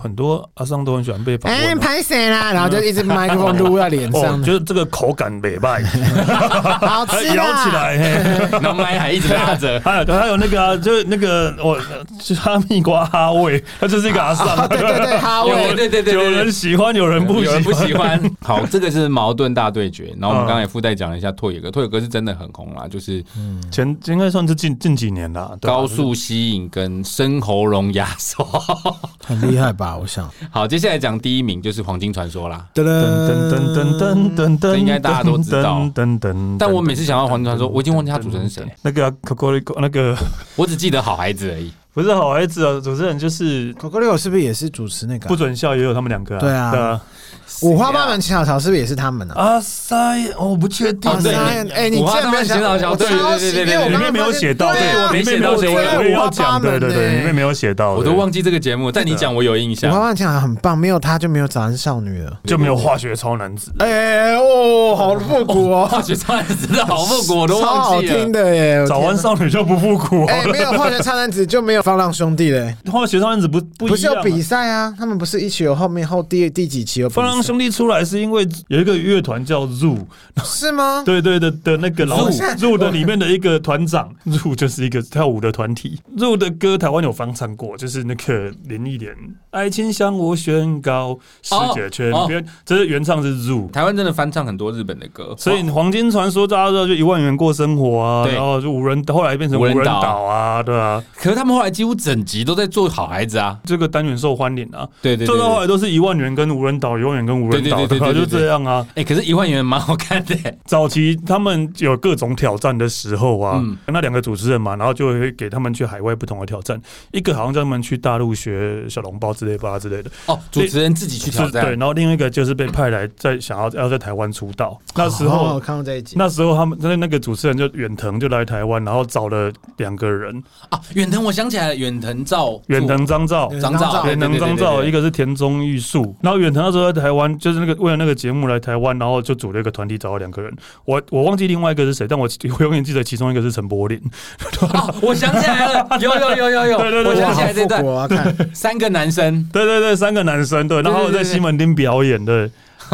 很多阿桑都很喜欢被访
哎，啊
问啊。
拍谁啦？然后就一直麦克风撸在脸
哦
上，，
就是这个口感美 败，
啊好
还
吃
咬起
啦。
来，嘿，
然后麦还一直拉着
还有还有那个啊，就是那个我就是哈密瓜哈味，它就是一个 阿桑，
哦对对对，欸哈
有
味
人。对对对对
有人喜欢，有人不喜
有
欢，嗯
人不喜欢。 好，这个是矛盾大对决。然后我们刚才也附带讲了一下拓野哥，拓野哥是真的很红啦，就是
前应该算是近近几年啦，嗯对吧啊
高速吸引跟深喉咙压缩。
很厉害吧？我想，
好，接下来讲第一名就是黄金传说啦。
噔
噔
噔
噔
噔噔噔噔，
噔噔噔噔，
呃这应该大家都知道
噔噔噔。
但我每次想到黄金传说，我已经忘记他主持人是谁，
那个 c o c o r i c o 那个
我只记得好孩子而已。
不是好孩子啊，主持人就是
c o c o 是不是也是主持那个啊
不？准笑，也有他们两个啊。
对啊五花八门七小潮是不是也是他们啊？
阿塞，哦我不确定
哦
哇
对
塞
你
哎，你
五
竟
花
然没有
八门
想
七
到
小潮
我
对
超
对对
级
对
因为我
对
里
刚
面
刚
没有
发现
写到，
对啊，
里面
没写
没
到
有写，
这
我
个
我也要讲，
五花八
对
门
对对，
呢
里面没有写到，
我都忘记这个节目，但你讲我有印
五花八
象。
门七小潮很棒，没有他就没有早安少女了。
对就没有化学超男子。
哎哦，好复古
化
哦，
学超人真的好 复古，我都
超好
忘记
听
了。
的耶！
早
哎我
安
天
少女就不复古
哪，哎，没
哦，
有化学超男子就没有放浪兄弟嘞，
化学超男子不 不
不
一
是
样
有
啊。
比赛啊？他们不是一起有后面后第第几期有比赛
放浪兄弟出来是因为有一个乐团叫 Zoo，
是 吗？
对对的的那个老
Zoo
Zoo 的里面的一个团长，Zoo 就是一个跳舞的团体。Zoo 的歌台湾有翻唱过，就是那个林忆莲《爱情向我宣告》，世界圈
哦
别，这是原唱是 Zoo。
台湾真的翻唱很多日本的歌，哦
所以黄金传说大家知道就一万元过生活啊，
对
然后就无人后来变成无
无
人
人岛
岛啊，对啊，
可是他们后来几乎整集都在做好孩子啊。
这个单元受欢迎啊，
对对对
做
对
到后来都是一万元跟无人岛，一万元跟无人岛，
对对对对
吧
对
就
对对
这样 啊。
哎、可是一万元蛮好看的、
早期他们有各种挑战的时候啊，
嗯
那两个主持人嘛，然后就会给他们去海外不同的挑战，一个好像叫他们去大陆学小笼包之类吧之类的，
哦，主持人自己去挑
是对，
战
然，后另一个就是被派来在想要要在台湾出道，那时
哦
候
我。看过这一集，
那时候他们那那个主持人就远藤就来台湾，然后找了两个人，
啊！远藤，我想起起来远藤照，
远藤张照。
张照，
远藤张照，一
个
个是田中玉树，然后远藤那时候在台湾，就是那个为了那个节目来台湾，然后就组了一个团体，找了两个人，我我忘记另外一个是谁，但我 我永远记得其中一个是陈柏霖，
哦，我想起来了，有有有有有，
对对对
我
对
想
哇，
起
好
来这
复
段
古，啊！看，
三个男 生，
对对对，三个男生对，然后在西门町表演对，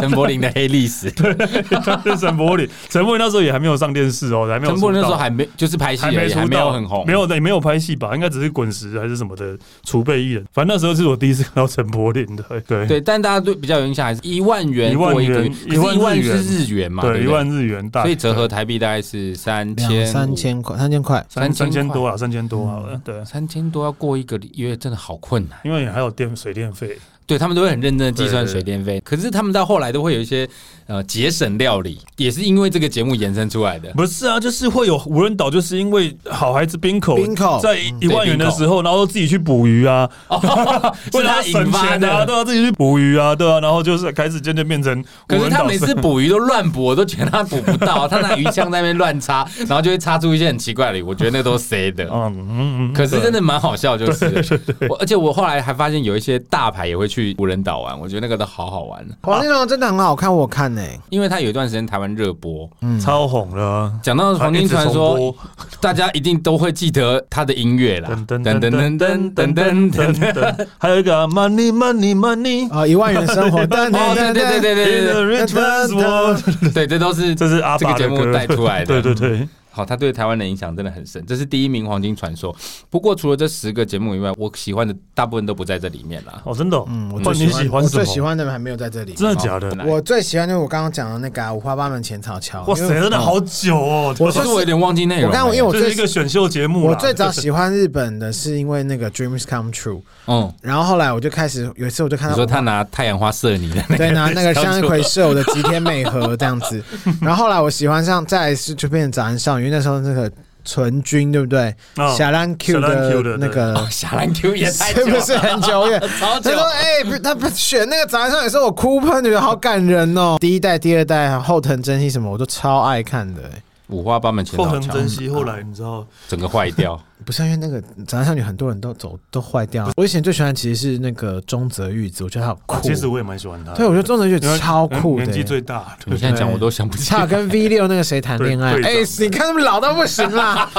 陈柏霖的黑历史，
是陈柏霖， 陈柏霖那时候也还没有上电视哦，还没有
陈柏霖那时
出
候
道
还没就是拍戏
还
而
没
已，
出道，
还没有很红，
没有的，也没有拍戏吧，应该只是滚石还是什么的储备艺人。反正那时候是我第一次看到陈柏霖的，对
对，但大家对比较有印象还是一万元
一万
过一个月，
元
可是
一万
一万
日
是
元
日元嘛，
对，
对
一
不对
万日元大，
所以折合台币大概是三千
两三千块，三千块，
三三千
块嗯
多啊，三千多好了，对，
三千多要过一个月真的好困难，
因为还有电水电费，
对他们都会很认真的计算
对对
水电费，可是他们到后来都会有一些呃节省料理，也是因为这个节目延伸出来 的。
不是啊，就是会有无人岛，就是因为好孩子冰口
冰口
在
嗯
一万元的时候，然后自己去捕鱼啊， 为
是
了
哦他
要省
引发
钱啊，
的，
对啊，自己去捕鱼啊，对啊，然后就是开始渐渐变成无
可是
人岛生。
他每次捕鱼都乱捕，我都觉得他捕不到，他拿鱼枪在那边乱 插，然后就会插出一些很奇怪的鱼，我觉得那都是谁的。
嗯嗯嗯，
可是真
的
的蛮好笑，就是了 我，而且我后来还发现有一些大牌也会去无人岛玩，我觉得那个都好好玩，
黄金龙真的很好看，我看呢。
因为他有一段时间台湾热播，
嗯
超红了啊。
讲到黄金传
啊嗯一
说
直重，
大家一定都会记得他的音乐啦，
噔
噔
噔
噔
噔
噔
噔
噔噔
噔噔
噔
噔
噔
噔
噔。
噔， 还有一个啊 money money money，
啊，一万元生活，对
哦，对对对对对
In the rich man's world
对对，这都是
这是阿
这
爸
个节目
歌
带出来的。
对对对，
好，他对台湾的影响真的很深，这是第一名《黄金传说》。不过除了这十个节目以外，我喜欢的大部分都不在这里面啦。
哦，真的哦，
嗯，我
不
最
然你喜欢
我
什么？
最喜欢的还没有在这里。
真的假的？
来
我最喜欢就是我刚刚讲的那个啊五花八门浅草桥。
哇塞，
因为
真的好久哦！
我
可是我有点忘记内容啊哎
我
了。
刚因为我
这是
最
一个选秀节目
哦
啦，
我最早喜欢日本的是因为那个 Dreams Come True，
嗯，
然后后来我就开始有一次我就看
你
到
说他拿太阳花射你的那个，
对，拿那个向日葵射我的吉田美和这样子。然后后来我喜欢上，再来是就变成早安少女，因为那时候那个纯君对不对？
啊
小兰 Q
小兰 Q
的
的
那个
哦，小兰 Q 也太
是
久
不
了，
是很久远？
好
他
久
说：“哎、不他不选那个早安少女的时候，我哭喷，觉得好感人哦。第一代、第二代、后藤真希什么，我都超爱看的、哎
五花八门前
后
脑
藤
墙，
珍惜，后来你知道，
整个坏掉。
不是因为那个早安少女，很多人都走都坏掉了。我以前最喜欢其实是那个中泽裕子，我觉得她好酷。
其实我也蛮喜欢他的。
对，我觉得中泽裕
因为
子超酷的、
年纪
哎
最大，
你现在讲我都想不起
差
来。
跟 V 六那个谁谈恋爱？
对
哎、
队长
你看他们老到不行啦。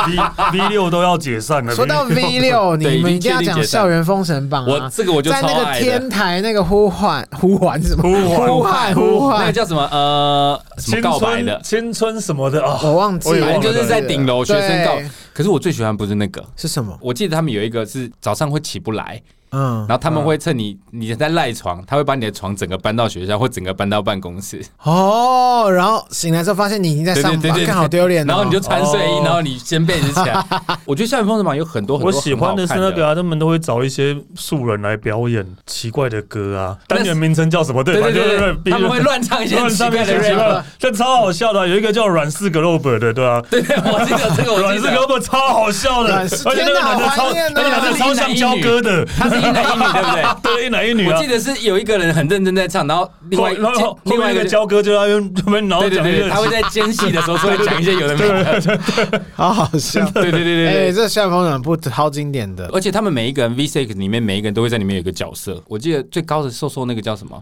V V 六都要解散了。
说到 V
六，
六，
对
你们
已
一
经
定
确定
要讲
解散
校园封神榜
我
啊！
这个我就
在
超
那个
爱的
天。台那个呼唤呼唤什么
呼唤
呼唤呼
那个
唤，
叫什么呃什么
青
告白的
春，青春什么的啊，
我忘记
我也
了，
反
忘
正哦
了
就是在顶楼学生告
对。
可是我最喜欢不是那个，
是什么？
我记得他们有一个是早上会起不来，
嗯
然，后他们会趁你你在赖床，他会把你的床整个搬到学校或整个搬到办公室，
哦，然后醒来之后发现你已经在
对
上
对对
班，
对，
看好丢脸哦。
然后你就穿睡衣，
哦
然后你先被人起来。我觉得校园风神榜有很多很
我
多
喜欢
很
的
好
是
看
那个啊，他们都会找一些素人来表演奇怪的歌啊，
那
单
是
元名称叫什么？对
对
反
对
正就是
对对，他们会
乱
乱唱一些奇
上
怪
面
的 rap。
乱，这超好笑的啊。有一个叫软四格 r o b 的，对吧？
对对，我记得这个，我
软
记
四格
得
r。o 超好笑的，而
软四
且那个男的超，
天哪好怀
而且
念啊
那个男的超像焦哥的，
他是一男一女，对不对？
对，一男一女
我
啊
记。得是有一个人很认真在唱，然后另外
然后后
另
面
外
那
一
个
个
焦哥就在那边那边，然后
对对
讲一
对，
个
他会在间隙的时候出来讲一些有的没的，
好好笑。
对对对对对
哎，。这校园风神不超经典的，
而且他们每一个人 V Six 里面每一个人都会在里面有一个角色。我记得最高的瘦瘦那个叫什么？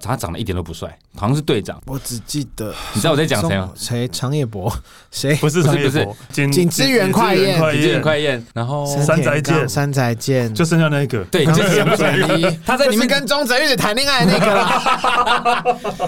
他长得一点都不帅，好像是队 长。
我只记得
你知道我在讲谁吗
宋？谁？长野博？谁？
不是
不是
长野
不是
博，景
景之源快彦
快
李
彦
健、快彦，然后
山宅
田
健
刚山宅健，
就剩下那一个，
对，
刚
就
刚
是
讲转移
他在里面
就是跟中泽玉子谈恋爱的那 个啦。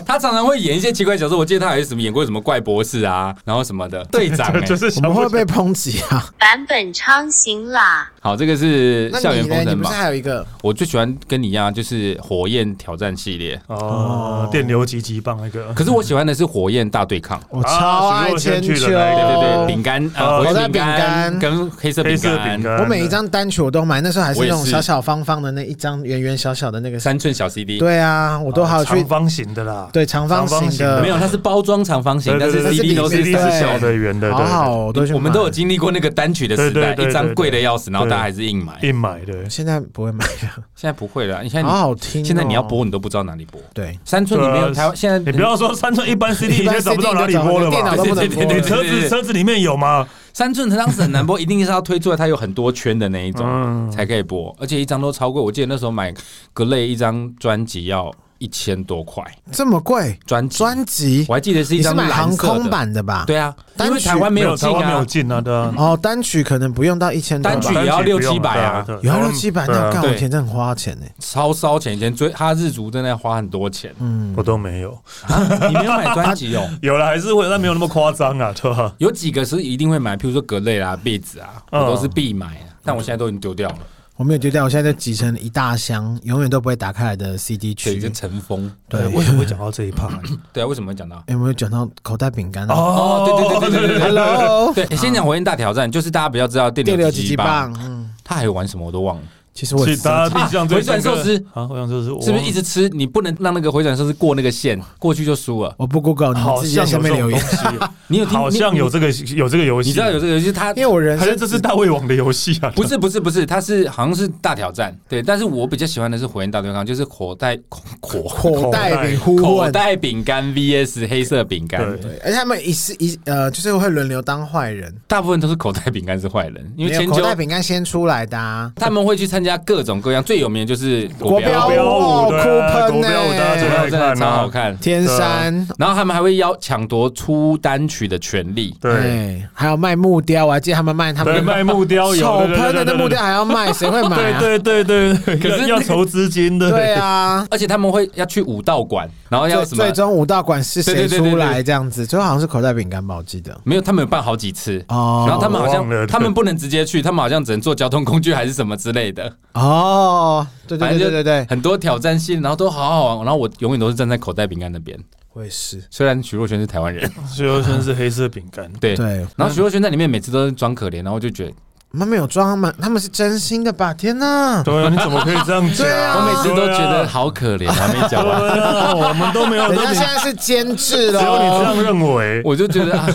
他常常会演一些奇怪角色。我记得他还有什么演过什么怪博士啊，然后什 么的队长、欸。
就是
我
想
们
不
会被抨击 啊！
版本昌行啦。
好，这个是
那
校
你
园
呢？
风
你
神
不是
榜。
还有一个？
我最喜欢跟你一样，啊就是火焰挑战系列。
哦，电流极极棒那个，
可是我喜欢的是火焰大对抗。
我超爱千
许
秋，
啊若瑄去的那一
对
个
对对，饼干
哦
啊，火
我在
焰饼干
饼干
跟黑色
黑
饼
色饼
干，
干，
我每一张单曲我都买，那时候还是那
我
种
也是
小小方方的那一张圆圆小小的那个。
三寸小 CD。
对
呃
啊，我都还有去
长方形的啦，
对长方
长方
形
形的
的，
没有，它是包装长方形，
对
但
对
是
对
CD 都是
对
，CD
三
是
对
小的圆的，
好
对
好，我都去买
我们都有经历过那个单曲的时代，
对对对对
一张贵的要死，然后大家还是硬买。
硬买的，
现在不会买了，
现在不会了，你现在你、
好好听哦。
现在你要播，你都不知道哪里播。
对，
山村里面有
对啊
台湾现在
你不要说三寸一般 CD
一
现
般
在找不到
CD
哪里播了
电脑
吧
都？不能播
对对对
你
了。
车子车子里面有吗？
三寸它当时很难播，一定是要推出来它有很多圈的那一种、
嗯
才可以播，而且一张都超贵。我记得那时候买格雷一张专辑要一千多块，
这么贵，
专辑
专辑
我还记得是一
你是
张
买
蓝
航
色的
空版的吧？。
对啊，
单
因为
曲
台湾没有
台
进
湾没有
啊，
进啊，对啊，
哦，单曲可能不用到一千多吧，
单曲也要六七百啊
对对
有啊
台湾
六七百，
对啊
那干
对
我以前真的很花钱呢。
超烧钱，以前追他日族真的要花很多钱。
我都没有，
啊你没有买专辑哦？
有了还是会，但没有那么夸张啊，对吧？
有几个是一定会买，譬如说格类啦、贝子啊，我
嗯
都是必买啊，但我现在都已经丢掉了，
我没有丢掉，我现在就集成一大箱，永远都不会打开来的 CD
对，已
区。
经尘封。
对，为什么会讲到这一趴？
对啊，为什么会讲到？
哎有没有讲到口袋饼干啊
哦，对对对对对对
？Hello，
对，先讲火焰大挑战，就是大家比较知道电
第
流
六
几
集
级
几
棒，
棒？嗯，
他还有玩什么我都忘了，
其实我
其
也
实大
是
家印象最深刻
啊回转寿司
啊，回转寿司我
是不是一直吃？你不能让那个回转寿司过那个线，过去就输了。
我不 Google，你们
好
自己在
像
下
有
面
这
留
种东
言。
西？
你有听？
好像
你
有这个有这个游戏，
你知道有这个游戏，它
因为我人
还是
生
这是大胃王的游戏啊？
不是不是不是，它是好像是大挑战，对。但是我比较喜欢的是火焰大对抗，就是口袋口口
口袋饼互
口
问，
袋饼干 VS 黑色饼干，
对，
对而且他们一是一呃，就是会轮流当坏人，
大部分都是口袋饼干是坏人，因为
没有
千
口
秋
袋饼干先出来的啊。
他们会去参加各种各样，最有名的就是
国标
国
国
标舞
哦
对
酷
啊，
喷
国标舞
欸
大家最
标
爱
真的
看
超好
啊，
看。
天山，
然后他们还会要抢夺出单曲的权利，
对。
哎，还有卖木雕，我还记得他们卖他
对，
们
卖木雕有
手
对对
喷的
对
那
对
木雕还要卖，谁会买啊？
对对对对，
可是那
要要
个
筹资金的，
对啊，
而且他们会要去武道馆，然后要
最
什么
最？终武道馆是谁
对对对对对
出来这样子？最后好像是口袋饼干吧，我记得。
没有，他们有办好几次。
哦，
然后他们好
我忘了
像，他们不能直接去，他们好像只能坐交通工具还是什么之类的，
哦，对对
反正
对
就
对对对，
很多挑战性，然后都好好玩。然后我永远都是站在口袋饼干那边，
我也是。
虽然徐若瑄是台湾人，
最后先是黑色饼干，
对。
哦对，
然后徐若瑄在里面每次都是装可怜，然后我就觉得
他们有装他们，他们是真心的吧？天哪！
对啊，你怎么可以这样讲？
对啊
我每次都觉得好可怜，还没 讲完，
对啊，我们都没有，
人
都
家
你
现在是监制
只
了，
有你这样认为，
我就觉得啊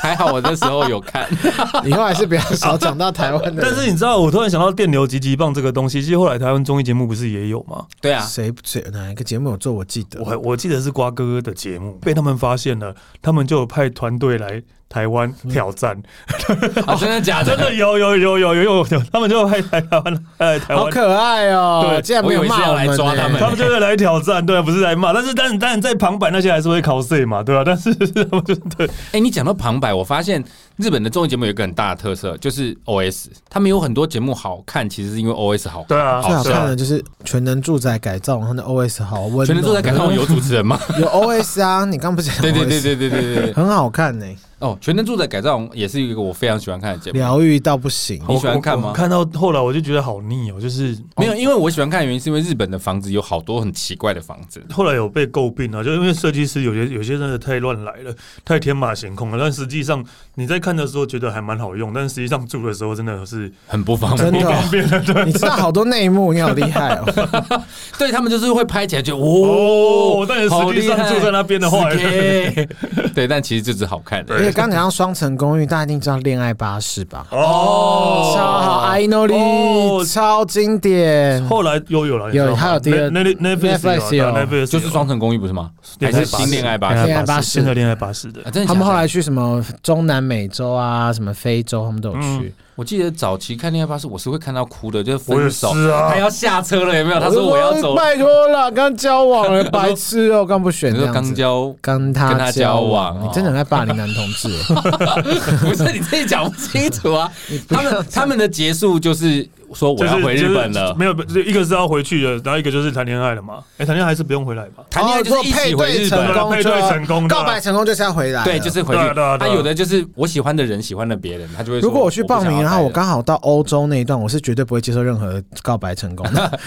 还好我那时候有看，
以后还是不要少讲到台湾的
但
人。
是你知道，我突然想到电流极极棒这个东西，其实后来台湾综艺节目不是也有吗？
对 啊，
谁谁哪一个节目有做？我记得，
我我记得是瓜哥哥的节目被他们发现了，他们就有派团队来台湾挑战，
啊真的假
真
的？
的有有有有有有有，他们就派来台湾呃台
好
湾。
可爱哦、
对
竟然没有骂
我以为是要来
们
抓他
呢
们
他们就会来挑战，对啊，不是来骂，但是但但在旁白那些还是会 cos 嘛，对吧、但是他们就对
哎，你讲到旁白，我发现日本的综艺节目有一个很大的特色，就是 OS，他们有很多节目好看，其实是因为 OS 好看。
对啊，
最好
对
看
啊
的就是《全能住宅改造》，它的 OS 好温暖，
全能
哦
都在改造有主持人 吗？
有 OS 啊！你刚不是讲 OS,
对对对对对对对。
很好看呢、
哦，全能住宅改造也是一个我非常喜欢看的节目。
疗愈到不行。
你喜欢看吗
我看到后来我就觉得好腻哦，就是
没有，因为我喜欢看的原因是因为日本的房子有好多很奇怪的房子。
后来有被诟病啊，就因为设计师有些有些真的太乱来了，太天马行空了。但实际上你在看的时候觉得还蛮好用，但实际上住的时候真的是
很不方
真
便，
的哦、你知道好多内幕，你好厉害哦、
对他们就是会拍起来就
哦
哦，
但是
好
实际
厉
上
害
住在那边的话，
是 gay 对，但其实就是好看
而且
的。
刚讲到双层公寓，大家一定知道《恋爱巴士》吧？
哦
超好，I know
哦
it，超经典。
后来又有了，
有还有第二
n e t Netflix
Netflix
有
有
啊，Netflix
就是
有
双层公寓不是吗？还
恋爱
是
巴士
新恋爱吧？
恋爱
啊，
巴士
现在恋爱巴士的，
真的假的
他们后来去什么中南美洲啊，什么非洲，他们都有去。
我记得早期看恋爱巴士，我是会看到哭的，就是
我也
分
是
手，
啊
他要下车了，有没有？啊他说我要走，
哎拜托了，刚交往了，白痴哦，刚不 选
你
这
说
样
刚
子。
交，
跟他
跟他交往哦
你真的很爱霸凌男同 志。
不是你自己讲不清楚啊？他们他们的结束就是说我
就是
要回日本
就
了
是，没有，就一个是要回去的，然后一个就是谈恋爱了嘛。哎，谈恋爱还是不用回来吧？
谈恋爱就
哦
是一起
如果
回
配对
日
成
本。
功就，
配对成功的
告白成功就是要回来了。
对，就是回去
对啊。对啊
他
对啊
有的就是我喜欢的人喜欢了别人，他就会说。
如果我去报名，然后我
不想
刚好到欧洲那一段，我是绝对不会接受任何告白成功 的。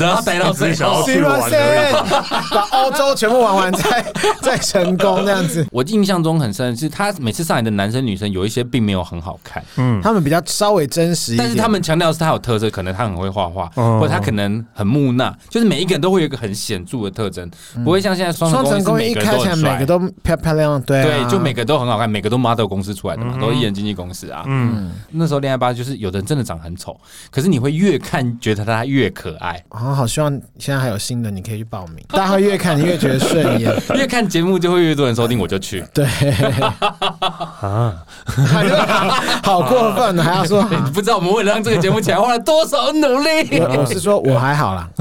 要待了死的要待到 最
只是想
后
要。
是
去
不
玩
是
而已？
把欧洲全部玩完再 再成功这样子？
我印象中很深的是，他每次上来的男生女生有一些并没有很好看，
嗯，
他们比较稍微真实一点，
但是他们强调是他有特色，可能他很会画画，
嗯
哦
或者他可能很木讷，就是每一个人都会有一个很显著的特征，不会像现在双
嗯双
城
城
公
公
寓是
寓一
每个人
开
都
起来
很
每
帅
个。都漂漂亮，对
对，
啊，
就每个都很好看，每个都 model 公司出来的嘛，
嗯哼
都是艺人经纪公司啊。
嗯，
那时候恋爱吧，就是有的人真的长很丑，可是你会越看觉得他越可爱，
好好希望现在还有新的，你可以去报名，大家会越看你越觉得顺 眼。
越看节目就会越多人收听，我就去。
对，
啊，
好过分，还要说
你不知道我们为了让这个节目起来花了多少努力。啊
我我是说我还 好啦，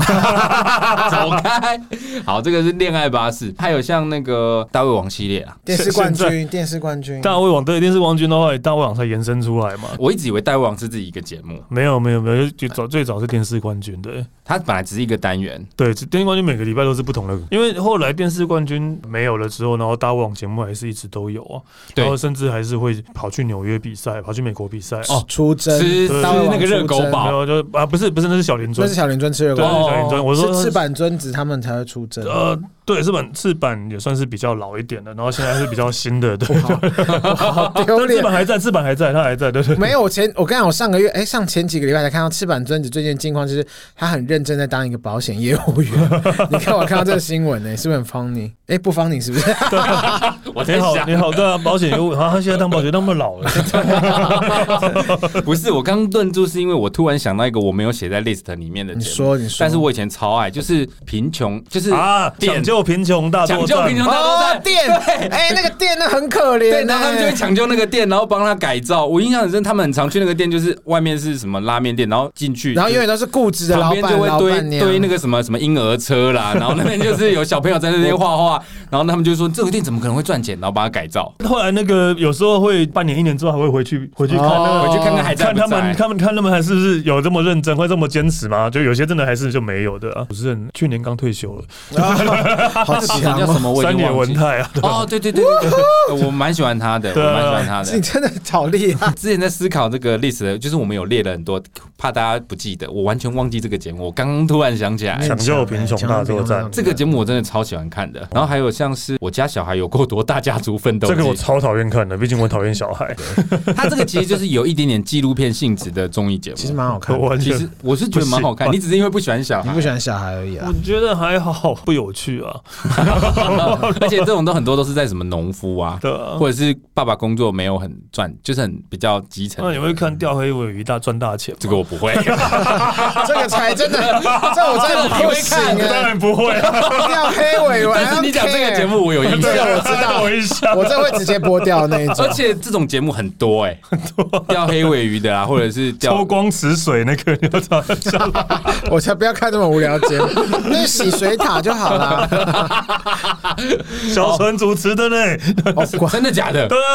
走开！好，这个是恋爱巴士，还有像那个大胃王系列啊。
电视冠
现在
军，电视冠军，
大胃王对，一定是王军的话，大胃王才延伸出来嘛。
我一直以为大胃王是自己一个节目，
没有没有没有，就早最早是电视冠军对
它本来只是一个单元。
对，电视冠军每个礼拜都是不同的，因为后来电视冠军没有了之后，然后大胃王节目还是一直都有啊，
对
然后甚至还是会跑去纽约比赛，跑去美国比赛
哦
出征
吃
吃
大胃王
那个热
出
狗
征
堡哦
没有就啊不是不是那是小林
那
尊，
是小林尊吃热
对，那
狗
是小林尊，我
堡，
说
是赤坂尊子他们才会出 征。
呃，对，日本赤坂也算是比较老一点的，然后现在是比较新的，对，
好丢
对，
脸
赤坂还在，赤坂还在，他还在，对 对。对
没有，我前我跟你讲，我上个月哎、上前几个礼拜才看到赤坂尊子最近的近况，就是他很认真在当一个保险业 务员。你看我看到这个新闻呢、是不是很 funny？哎、不 funny 是 不是？
我
你
在
好，你
想，
好，对啊，保险业务，啊，他现在当保险那么老了，
不是我刚顿住，是因为我突然想到一个我没有写在 list 里面的
你
节目，
说，你说，
但是我以前超爱，就是贫穷，就是
啊，
点
抢救贫穷大
抢
作
救
战，
贫穷大作
哦
战，
店，哎、那个店那很可怜、哎
对，然后他们就会抢救那个店，然后帮他改造。我印象很深，他们很常去那个店，就是外面是什么拉面店，然后进去，
然后永远都是固执的
旁
老
边就
板、
会
老板
堆
娘，
堆那个什么什么婴儿车啦，然后那边就是有小朋友在那边画 画，然后他们就说这个店怎么可能会赚钱，然后把它改造。
后来那个有时候会半年一年之后还会回去回去看那
哦
个。
回去看看还在
看
不
他们，
在？
看看他们还是不是有这么认真，会这么坚持吗？就有些真的还是就没有的、啊。主持人去年刚退休了，
好强
叫什
哦、
么？我已
三
经
年
忘
文
记。
泰啊，对吧
哦，对对对对对，我蛮喜欢他的，我
对啊
蛮喜欢他的
你。真的好厉害！
之前在思考这个历史，就是我们有列了很多，怕大家不记得，我完全忘记这个节目，我刚刚突然想起来。
抢救贫穷大作战
这个节目我真的超喜欢看的，然后还有像是我家小孩有够多大家族奋斗记，
这个我超讨厌看的，毕竟我讨厌小孩，
他这个其实就是有一点点纪录片性质的综艺节目，
其实蛮好看的，
我完
其
全
实我是觉得蛮好看，
不喜欢
你只是因为不喜欢小
你
孩
不，喜欢小孩而已啊啦
我。觉得还好，不有趣啊，
而且这种都很多都是在什么农夫啊，
对啊。
或者是爸爸工作没有很赚，就是很比较基层
那你
的。
会看钓黑尾鱼大赚大钱吗？
这个我不会，
这个才真的，这我真
这个
的
你
不
会
行
看
哎、
当然不会啊，
掉黑尾丸。
但是你讲这个节
I don't care，
目我有印象
对。我知道
我一 下。
我这会直接剥掉那一 种
而。且这种节目很多哎、钓黑尾鱼的啊，或者是钓
抽光池水那个，你要找
我才不要看这么无聊的节 目，那洗水塔就好啦。
小纯主持的呢？
哦，管
真的假的？
对啊，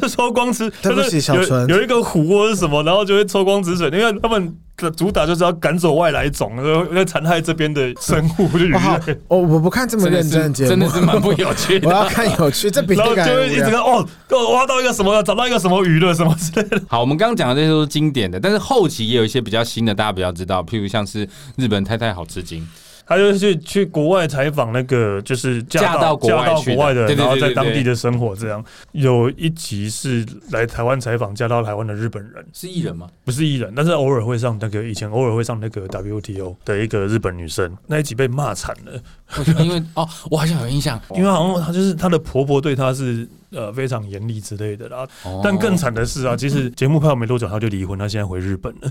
就是抽光池，
对不起
就是
小纯
有有一个湖或者什么，然后就会抽光止水，因为他们的主打就是要赶走外来种，然 后要残害这边的生物就鱼
我哦好
类，，
我我不看这么
真的
认真的
是
节目，
真的是蛮不有趣 的。
我要看有趣，这比
然
那
后
个
就
还
会一
无
直看
聊。
哦，我挖到一个什么，找到一个什么鱼了什么 之类的。
好，我们刚刚讲的这些都是经典的，但是后期也有一些比较新的，大家比较知道，譬如像是日本太太好吃惊，
他就去去国外采访那个，就是
嫁到国
国
外
嫁到
去的
外的
对对
人，然后
对
在
对
当
对
地的生活这样。有一集是来台湾采访嫁到台湾的日本人，
是艺人吗？
不是艺人，但是偶尔会上那个以前偶尔会上那个 WTO 的一个日本女生，那一集被骂惨了。
我觉得因为哦，我好像有印象，
因为好像她就是她的婆婆对她是呃非常严厉之类的啦。
哦
但更惨的是啊，其实节目拍完没多久她就离婚，她现在回日本了。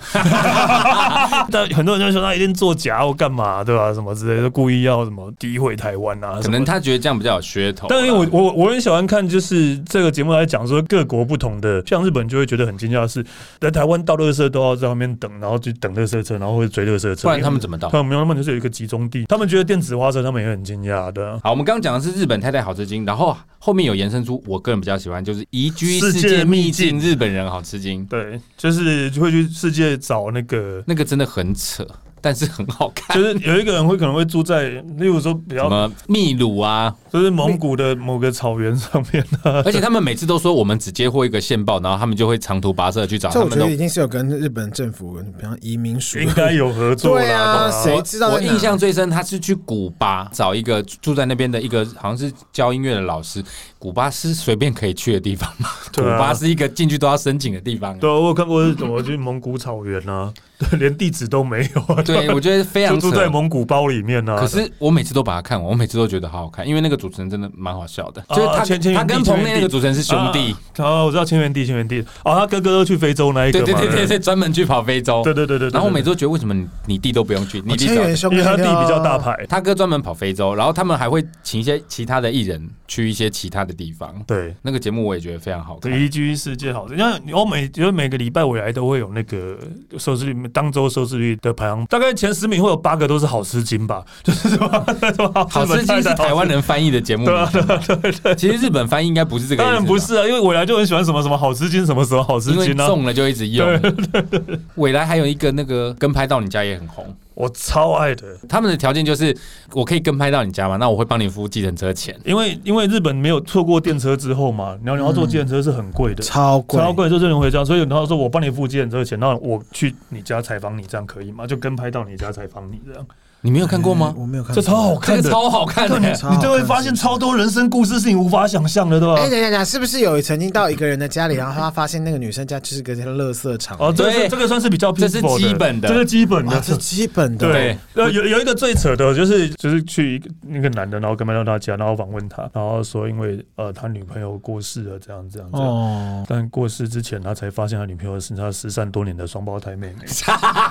但很多人就说啊她一定作假或干嘛，对吧、什么之类的，就故意要什么诋毁台湾啊，
可
什
能
么。
他觉得这样比较有噱头啦。
但因为我我我很喜欢看，就是这个节目来讲说各国不同的，像日本就会觉得很惊讶，是在台湾到垃圾都要在外面等，然后就等垃圾车，然后会追垃圾
不
车，
然他们怎么到？
他们没有，他们就是有一个集中地，他们觉得电子花车，他们也很惊讶的、啊
好，我们刚刚讲的是日本太太好吃惊，然后后面有延伸出我个人比较喜欢，就是移居世
世界
界秘
秘
境，
境
日本人好吃惊，
对，就是会去世界找那个，
那个真的很扯，但是很好看。
就是有一个人会可能会住在，例如说
什
比较
么秘鲁啊，
就是蒙古的某个草原上面 啊，
而且他们每次都说我们只接获一个线报，然后他们就会长途跋涉去找
这
他
我
们
觉得一
的。
定是有跟日本政府，比方移民署，
应该有合作啦。
对啊
吧
谁知道在
我
哪哦
印象最深，他是去古巴找一个住在那边的一个好像是教音乐的老师。古巴是随便可以去的地方吗？古
对啊
巴是一个进去都要申请的地方。
对啊，我有看过我去蒙古草原啊， 对，连地址都没有，啊
对，我觉得非
就
常
住在
扯。
蒙古包里面呢、啊。
可是我每次都把它看完，我每次都觉得好好看，因为那个主持人真的蛮好笑的，就是他
啊千千
他
元
跟
地
棚内那个主持人是兄弟
啊，哦，我知道千元地，千元地。哦，他哥哥去非洲那一个
对
嘛，
对对对对，专门去跑非洲，
对对对对对
然后我每次都觉得为什么你你弟都不用去，你弟
千
找
元兄
因
弟
为他地比较大
啊，
牌。
他哥专门跑非洲，然后他们还会请一些其他的艺人去一些其他的地方。
对，
那个节目我也觉得非常好看
对，，E G 世界好，因为我每就是每个礼拜我来都会有那个收视率，当周收视率的排行，大概前十名会有八个都是好吃惊吧，就是什么什么
好吃鸡是台湾。人翻译的节目，
对啊
对对对，其实日本翻译应该不是这个意思吧，
当然不是啊，因为我来就很喜欢什么什么好吃惊，什么什么好吃
因为
惊啊。
中了就一直用。未来还有一个那个跟拍到你家也很红，
我超爱的，
他们的条件就是我可以跟拍到你家嘛，那我会帮你付计程车钱。
因为因为日本没有错过电车之后嘛，你要你要坐电车是很贵的，
超贵，
超贵，就是轮回这样。所以然后说我帮你付电车钱，那我去你家采访你，这样可以吗？就跟拍到你家采访你这样，
你没有看过吗？
嗯我没有看
这
过，
超好
这
嗯看
个
的，
超好看的、
你你就会发现超多人生故事是你无法想象的，对
哎，等
吧？
一下等一下，是不是有曾经到一个人的家里，然后他发现那个女生家就是个垃圾场？
哦，这个
对
是这个算是比较 peaceful 的，
这是基本的啊
这是基本
哇，
的。
这基本的。
对
对，
呃，有有一个最扯的，就是就是去一个那个男的，然后跟麦到他家，然后访问他，然后说因为呃他女朋友过世了，这样这样这样。
哦，
但过世之前，他才发现他女朋友是他失散多年的双胞胎妹妹，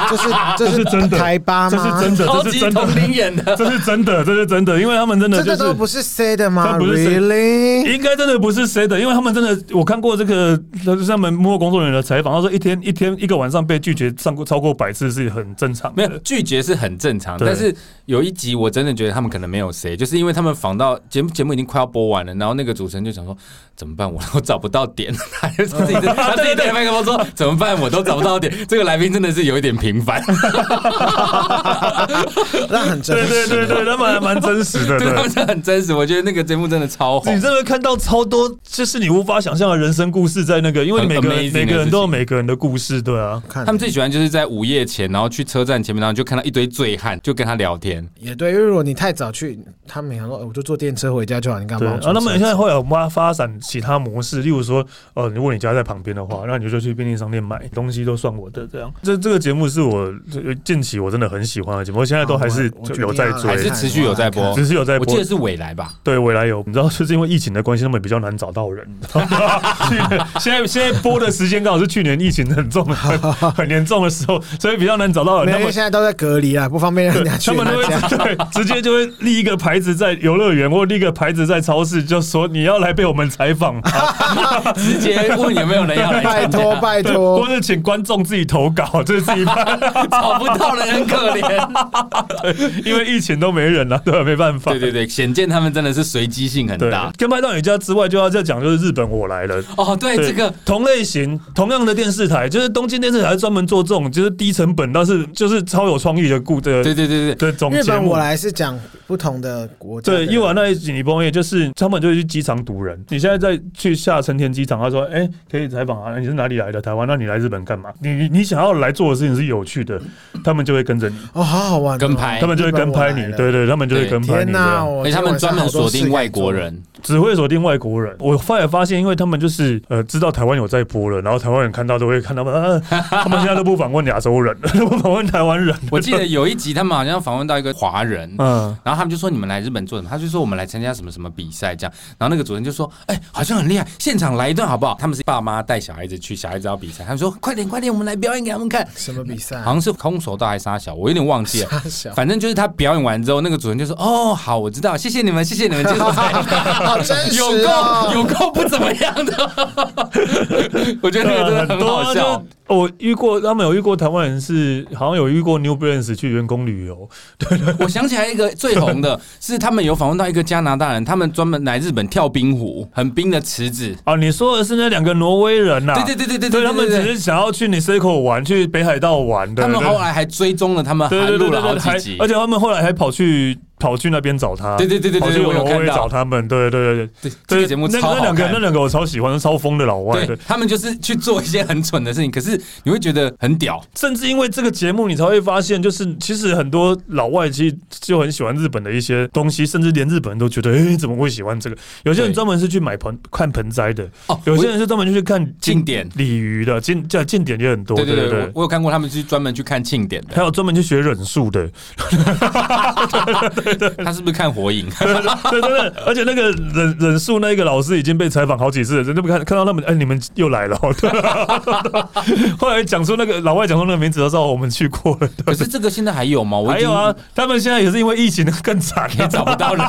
就是这是
这是真的
台巴
这
吗？
是真的，
超
这是
级
真
同龄
的，
人的，
这是真的，这是真的，因为他们真的
这
就
个都
是
不是 C 的吗
这不是 C
？Really？
应该真的不是谁的，因为他们真的，我看过这个，就是他们幕后工作人员的采访，他说一天一天一个晚上被拒绝上过超过百次是很正常
没有
的。
拒绝是很正常，
对
但是有一集我真的觉得他们可能没有谁，就是因为他们访到节目节目已经快要播完了，然后那个主持人就想说怎么办，我我找不到点， 他就自己在他自己对麦克风说怎么办，我都找不到点，这个来宾真的是有一点平凡，
那很真
对对
实。啊
对对，他们还蛮真 实的。
对啊他
对
们，是很真实，我觉得那个节目真的超红
你。真的看到超多，就是你无法想象的人生故事在那个，因为
很
每个
amazing 的
人每个
事情
人都有每个人的故事，对啊。
看
他们最喜欢就是在午夜前，然后去车站前面，然后就看到一堆醉汉，就跟他聊天。
也对，因为如果你太早去，他们想说，哦我就坐电车回家就好，你干
对，
嘛？
然后他们现在会有发发展其他模式，例如说，呃，如果你家在旁边的话，那你就去便利商店买东西都算我的这样。这这个节目是我呃近期我真的很喜欢的节目，我现在都还是
好我我决定
有在
要
追
来
还，是持续有在播
只是有在
我
播
记得。是未来吧，
对，未来有，你知道，就是因为疫情的关系，他们比较难找到人。 去年现在现在播的时间刚好是去年疫情很重、很很 严重的时候，所以比较难找到
没有，
人。他
因为
们
现在都在隔离啊，不方便让人
对
家去
他们都
人
会
家家。
对 直接就会立一个牌子在游乐园或立一个牌子在超市，就说你要来被我们采访吗，
直接问有没有人要来
拜
参加
托，拜
或
托，
是请观众自己投稿，这是自己办，
找不到的人可怜。
因为疫情都没人了、对吧？没办法。
对对对，显见他们真的是随机性很
对
大。
跟麦当你家之外，就要再讲就是日本我来了。
哦，对，
对
这个
同类型、同样的电视台，就是东京电视台专门做这种，就是低成本，但是就是超有创意的故的
对对对对，
的总
日
节
本
目
我。来是讲不同的国家的
对，
人，
伊瓦那一集你崩溃，就是他们就会去机场堵人。你现在在去下成田机场，他说：“哎、可以采访啊，你是哪里来的？台湾？那你来日本干嘛？你你你想要来做的事情是有趣的，他们就会跟着你，
哦，好好玩哦，
跟拍
他们就会跟拍
日
你。
本我来
对
了
对，他们就会
对
跟拍
天
你。
哪，
样。
我
而哎且他们专门锁定外国，人，
只会锁定外国人。我后来发现，因为他们就是呃知道台湾有在播了，然后台湾人看到都会看他们，啊、 他们现在都不访问亚洲人了， 都不访问台湾人。
我记得有一集他们好像访问到一个华人。
嗯，
然后他们就说你们来日本做什么？他就说我们来参加什么什么比赛这样。然后那个主持人就说，哎、好像很厉害，现场来一段好不好？他们是爸妈带小孩子去，小孩子要比赛，他们说快点快点，我们来表演给他们看。
什么比赛？
好像是空手道还是杀小，我有点忘记了。
大小，
反正就是他表演完之后，那个主持人就说：“哦，好，我知道，谢谢你们，谢谢你们。”就是
好真实
有
哦
啊
够有够不怎么样的， 我觉得 那个真的很好
对啊
笑
就。我遇过，他们有遇过台湾人是，好像有遇过 New Balance 去员工旅游，
我想起来一个最红 的是，他们有访问到一个加拿大人，他们专门来日本跳冰壶，很冰的池子。
啊，你说的是那两个挪威人呐、
对对对对对
啊对他们只
对
是想要去你 c i r c l 玩，去北海道玩，对
他们
对
后来还追踪了他们，还
对对对
录
对
了好
对，还
几集
而。且他们后来还跑去跑去那边找他，
对对对对对
跑去
我有
挪威
看到
找他们，对对对对。
对，这个节目
那
超好
那两个
看
那两个我超喜欢，超疯的老外，
对他们就是去做一些很蠢的事情，可是你会觉得很屌。
甚至因为这个节目，你才会发现，就是其实很多老外其实就很喜欢日本的一些东西，甚至连日本人都觉得，哎、怎么会喜欢这个？有些人
对
专门是去买盆看盆栽的，
哦
有些人是专门就去看
庆典
鲤鱼的，经这经典也很多，
对
对
对对，我
对。
我有看过他们去专门去看庆典 的，
还有专门去学忍术的，
他是不是看火影？
对对对，而且那个忍忍术那个老师已经被采访好几次了，真的看看到他们，哎、你们又来了， 对后来讲出那个老外讲出那个名字的时候，我们去过了，
可是这个现在还有吗？我已
还
经
有啊，，他们现在也是因为疫情更惨、啊
也找不 到人，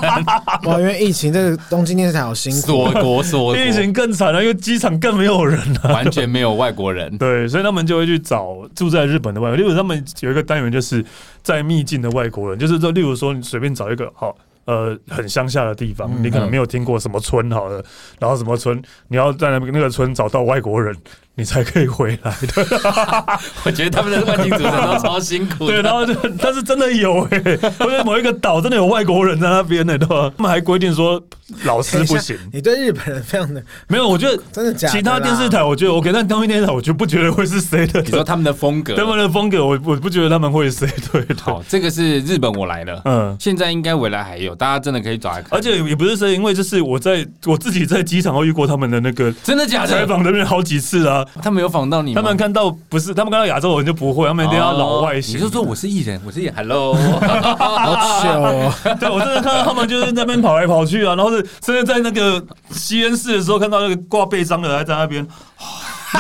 哇，因为疫情，这个东京电视台好辛苦。
锁国锁国，
疫情更惨啊了，因为机场更没有人啊了、
完全没有外国人。
对，所以他们就会去找住在日本的外国人，例如他们有一个单元就是在秘境的外国人，就是说，例如说你随便找一个好。呃，很乡下的地方，你可能没有听过什么村好了，然后什么村，你要在那个那个村找到外国人，你才可以回来的。
我觉得他们的外景主持人都超辛苦
对，
的。
然后就但是真的有 哎、欸，或者某一个岛真的有外国人在那边呢、对吧？他们还规定说老师
等一下
不行，
你对日本人非常的
没有，我觉得
真的假的啦
其他电视台我觉得 OK，但东京电视台我就不觉得会是谁的。
你说他们的风格，
他们的风格，我我不觉得他们会谁对的。
好，这个是日本我来了，
嗯
现在应该未来还有，大家真的可以找来看。
而且也不是说，因为就是我在我自己在机场会遇过他们的那个
真的假
采
的？
访的人好几次啊。
他们有访到你吗？哦
他们看到不是，他们看到亚洲人就不会，他们一定要老外型。
你就说我是艺人，我是艺人，Hello，
好糗哦。
对，我真的看到他们就是在那边跑来跑去啊，然后是真的在那个吸烟室的时候看到那个挂背章的还在 那边，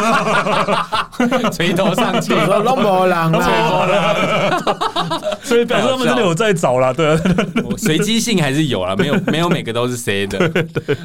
垂头丧 气。
我说龙博狼啦，
所以表示他们真的有在找啦，对啊，对啊
我随机性还是有了，没有没有每个都是 C 的。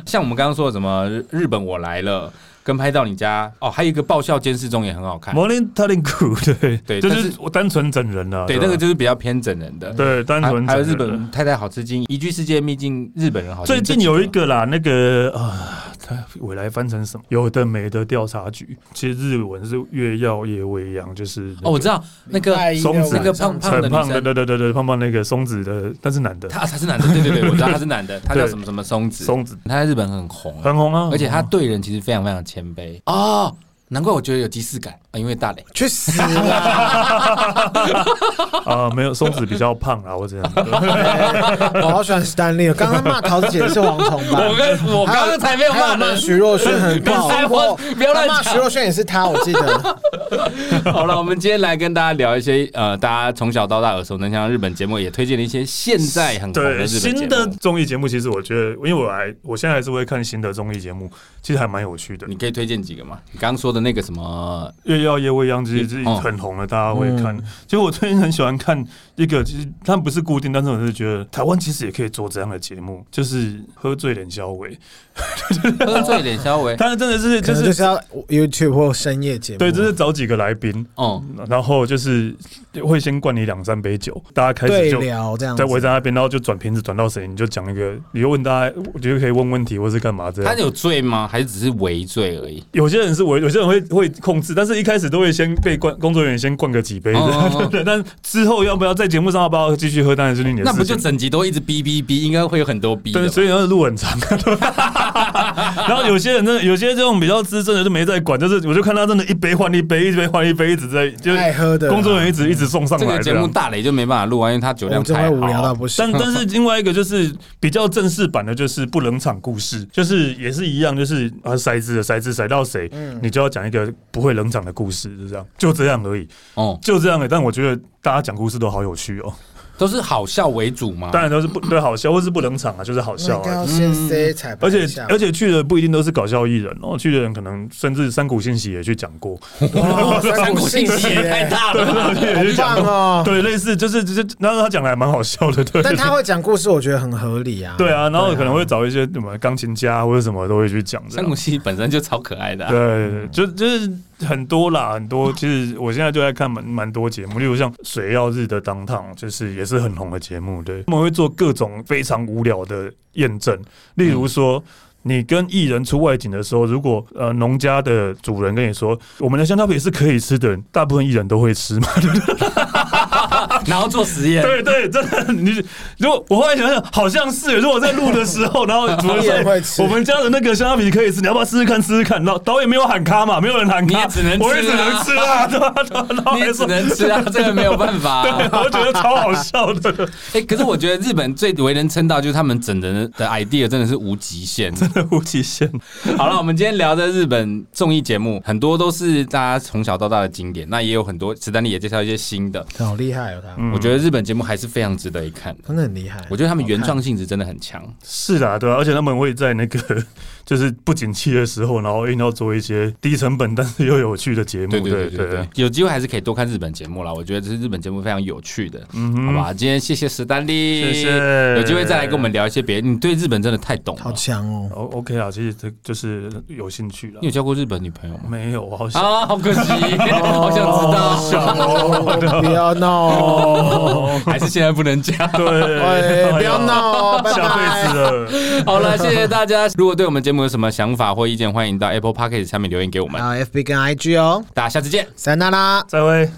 像我们刚刚说的什么日日本我来了，跟拍到你家哦，还有一个爆笑监视中也很好看。
Morning t e l i n g 对
对
就
但
是
是
我单纯整人啊，
对，
吧
那个就是比较偏整人的。
对单
还
纯
还有
整
日
人
本太太好吃惊，移居世界秘境日本人好吃
最
惊。
近有一个啦，那个啊，它未来翻成什么？有的没的调查局，其实日文是月耀夜未央，就是那个
哦，我知道那个
拜一的
松子
晚上
那个胖胖的
很
女
胖的，
生，
对对对对，胖胖那个松子的，但是男的
他他是男的，对对对，我知道他是男的，他叫什么什么松子，
松子
他在日本很红，
很红啊，
而且他对人其实非常非常谦卑哦，难怪我觉得有即视感啊，因为大磊。
去死啦！
啊没有松子比较胖啊，我这样
我好喜欢 Stanley 哦。刚刚骂桃子姐是蝗虫吧？
我跟我刚刚才没有
还
骂
有骂
人，
徐若瑄很
跟
爆
台湾不要乱
他骂
讲
徐若瑄也是他，我 记得。
好了，我们今天来跟大家聊一些呃，大家从小到大耳熟能详的日本节目，也推荐了一些现在很红的日
对
本节目
新的综艺节目，其实我觉得，因为我还我现在还是会看新的综艺节目，其实还蛮有趣的
你。可以推荐几个吗？你刚刚说的那个什么
月曜夜未央其实是
哦
很红的，大家会
嗯
看。其实我最近很喜欢看一个，其实它不是固定，但是我是觉得台湾其实也可以做这样的节目，就是喝醉脸消委。
喝醉脸稍微，
但是真的是
可
就
能就是
是
要 YouTube 或深夜节目。
对，就是找几个来宾，
哦、
然后就是会先灌你两三杯酒，大家开始
对
就。
聊这样子
在。围在那边，然后就转瓶子转到谁，你就讲一个，你就问大家，我觉得可以问问题或是干嘛这样
他。有醉吗？还是只是微醉而已？
有些人是我，有些人会会控制，但是一开始都会先被灌工作人员先灌个几杯，
哦哦哦
对。但之后要不要在节目上要不要继续喝，当然是你的事情。
那不就整集都一直哔哔哔，应该会有很多哔的吧。
对，所以要路很长。 然后有些人真的，有些这种比较资深的就没在管，就是我就看他真的一杯换一杯，一杯换一杯，一直在就是
爱喝的啦
工作人员一直一直送上
这
来
个节
这
目
样。
大磊就没办法录啊完，因为他酒
我
量
真
太
会无
好。
聊到不行
但。但是另外一个就是比较正式版的，就是不冷场故事，就是也是一样，就是啊骰子的骰子骰到谁，
嗯
你就要讲一个不会冷场的故事，就这样，就这样而已。
哦，
就这样的、欸但我觉得大家讲故事都好有趣哦，
都是好笑为主嘛。
当然都是不 对好笑，或是不冷场啊，就是好
那
笑
应该
啊
要。先 C 彩排
而且
一下
而且去的不一定都是搞笑艺人哦，去的人可能甚至山谷信息也去讲过，
哇
山谷信息也太大了。
也去
很
讲
棒
过，
哦。
对，类似就是就是，然后他讲的还蛮好笑的，对。
但他会讲故事，我觉得很合理啊。
对啊，然后可能会找一些什么钢琴家或者什么都会去讲这
山
样
谷。信息本身就超可爱的啊、嗯
对，就就是很多啦，很多。其实我现在就在看蛮蛮多节目，例如像《水曜日的当堂》，就是也是很红的节目。对，他们会做各种非常无聊的验证，例如说。你跟艺人出外景的时候，如果呃农家的主人跟你说，我们的香蕉皮是可以吃的，大部分艺人都会吃嘛，
然后做实验。
对对，真的，你如果我后来想想，好像是，如果在录的时候，然后主持
也
人
会
说
吃
我们家的那个香肠皮可以吃，你要不要试试看？试试看。然后导演没有喊卡嘛，没有人喊卡，
你也只能吃啊
我也只能吃啊，对吧、对吧然后
你
还
也只
说，
能吃啊，这个没有办法、啊。
我觉得超好笑的，
哎、可是我觉得日本最为人称道就是他们整人的 idea 真的是无极限。
无极限。
好了，我们今天聊的日本综艺节目，很多都是大家从小到大的经典，那也有很多史丹利也介绍一些新的。
好厉害哦，他
我觉得日本节目还是非常值得一看的。
真的很厉害。
嗯我觉得他们原创性质真的很强。
是啦，对啊，而且他们会在那个就是不景气的时候，然后硬要做一些低成本但是又有趣的节目，
对对对
对
对对，有机会还是可以多看日本节目啦。我觉得这是日本节目非常有趣的，好吧？今天谢谢史丹利，
谢谢
有机会再来跟我们聊一些别。你对日本真的太懂
好
了，
强哦！
哦，OK 啊，其实这就是有兴趣了
你。有交过日本女朋友吗？
没有，我好想。
啊，好可惜，好想知道，
哦， 不要闹哦！
还是现在不能讲。
对，
哎，不要闹哦，拜
下辈
拜
子。了。
好了，谢谢大家。如果对我们节目有什么想法或意见，欢迎到 Apple Podcast 下面留言给我们。
好，FB 跟 IG 哦，
大家下次见。
塞娜拉。
再会。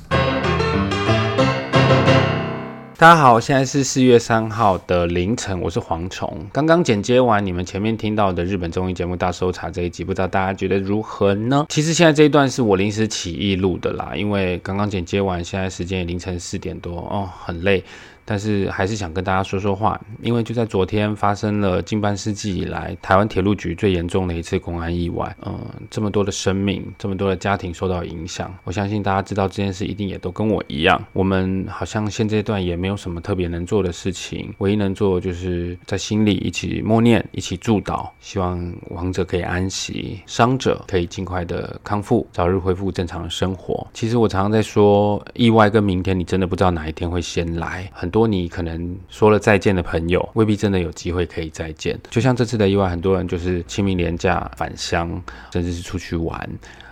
大家好，现在是四月三号的凌晨，我是蝗虫。刚刚剪接完你们前面听到的日本综艺节目《大搜查》这一集，不知道大家觉得如何呢？其实现在这一段是我临时起意录的啦，因为刚刚剪接完，现在时间也凌晨四点多，哦，很累。但是还是想跟大家说说话，因为就在昨天发生了近半世纪以来台湾铁路局最严重的一次公安意外。嗯，这么多的生命，这么多的家庭受到影响，我相信大家知道这件事，一定也都跟我一样。我们好像现阶段也没有什么特别能做的事情，唯一能做的就是在心里一起默念，一起祝祷，希望亡者可以安息，伤者可以尽快的康复，早日恢复正常的生活。其实我常常在说，意外跟明天，你真的不知道哪一天会先来。很多你可能说了再见的朋友，未必真的有机会可以再见。就像这次的意外，很多人就是清明廉假返乡，甚至是出去玩。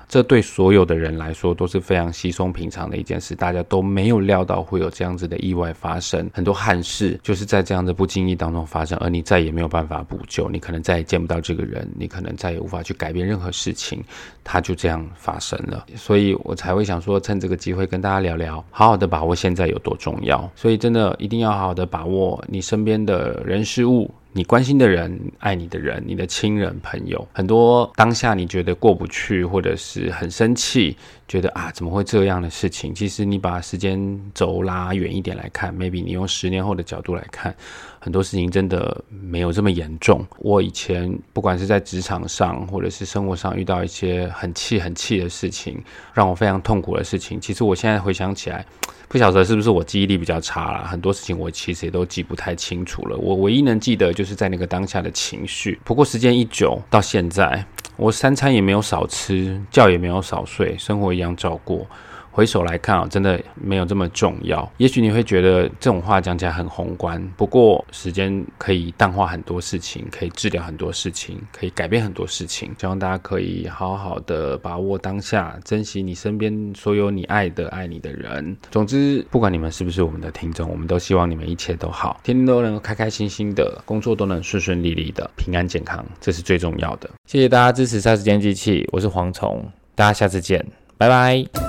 这对所有的人来说都是非常稀松平常的一件事，大家都没有料到会有这样子的意外发生。很多憾事就是在这样的不经意当中发生，而你再也没有办法补救，你可能再也见不到这个人，你可能再也无法去改变任何事情，它就这样发生了。所以我才会想说，趁这个机会跟大家聊聊，好好的把握现在有多重要。所以真的一定要好好的把握你身边的人事物。你关心的人、爱你的人、你的亲人、朋友，很多当下你觉得过不去，或者是很生气，觉得啊怎么会这样的事情？其实你把时间轴拉远一点来看，maybe 你用十年后的角度来看，很多事情真的没有这么严重。我以前不管是在职场上，或者是生活上遇到一些很气、很气的事情，让我非常痛苦的事情，其实我现在回想起来，不晓得是不是我记忆力比较差啦，很多事情我其实也都记不太清楚了。我唯一能记得就是在那个当下的情绪。不过时间一久，到现在，我三餐也没有少吃，觉也没有少睡，生活一样照过。回首来看啊，真的没有这么重要。也许你会觉得这种话讲起来很宏观，不过时间可以淡化很多事情，可以治疗很多事情，可以改变很多事情。希望大家可以好好的把握当下，珍惜你身边所有你爱的、爱你的人。总之，不管你们是不是我们的听众，我们都希望你们一切都好，天天都能够开开心心的，工作都能顺顺利利的，平安健康，这是最重要的。谢谢大家支持《霎时间机器》，我是蝗虫，大家下次见，拜拜。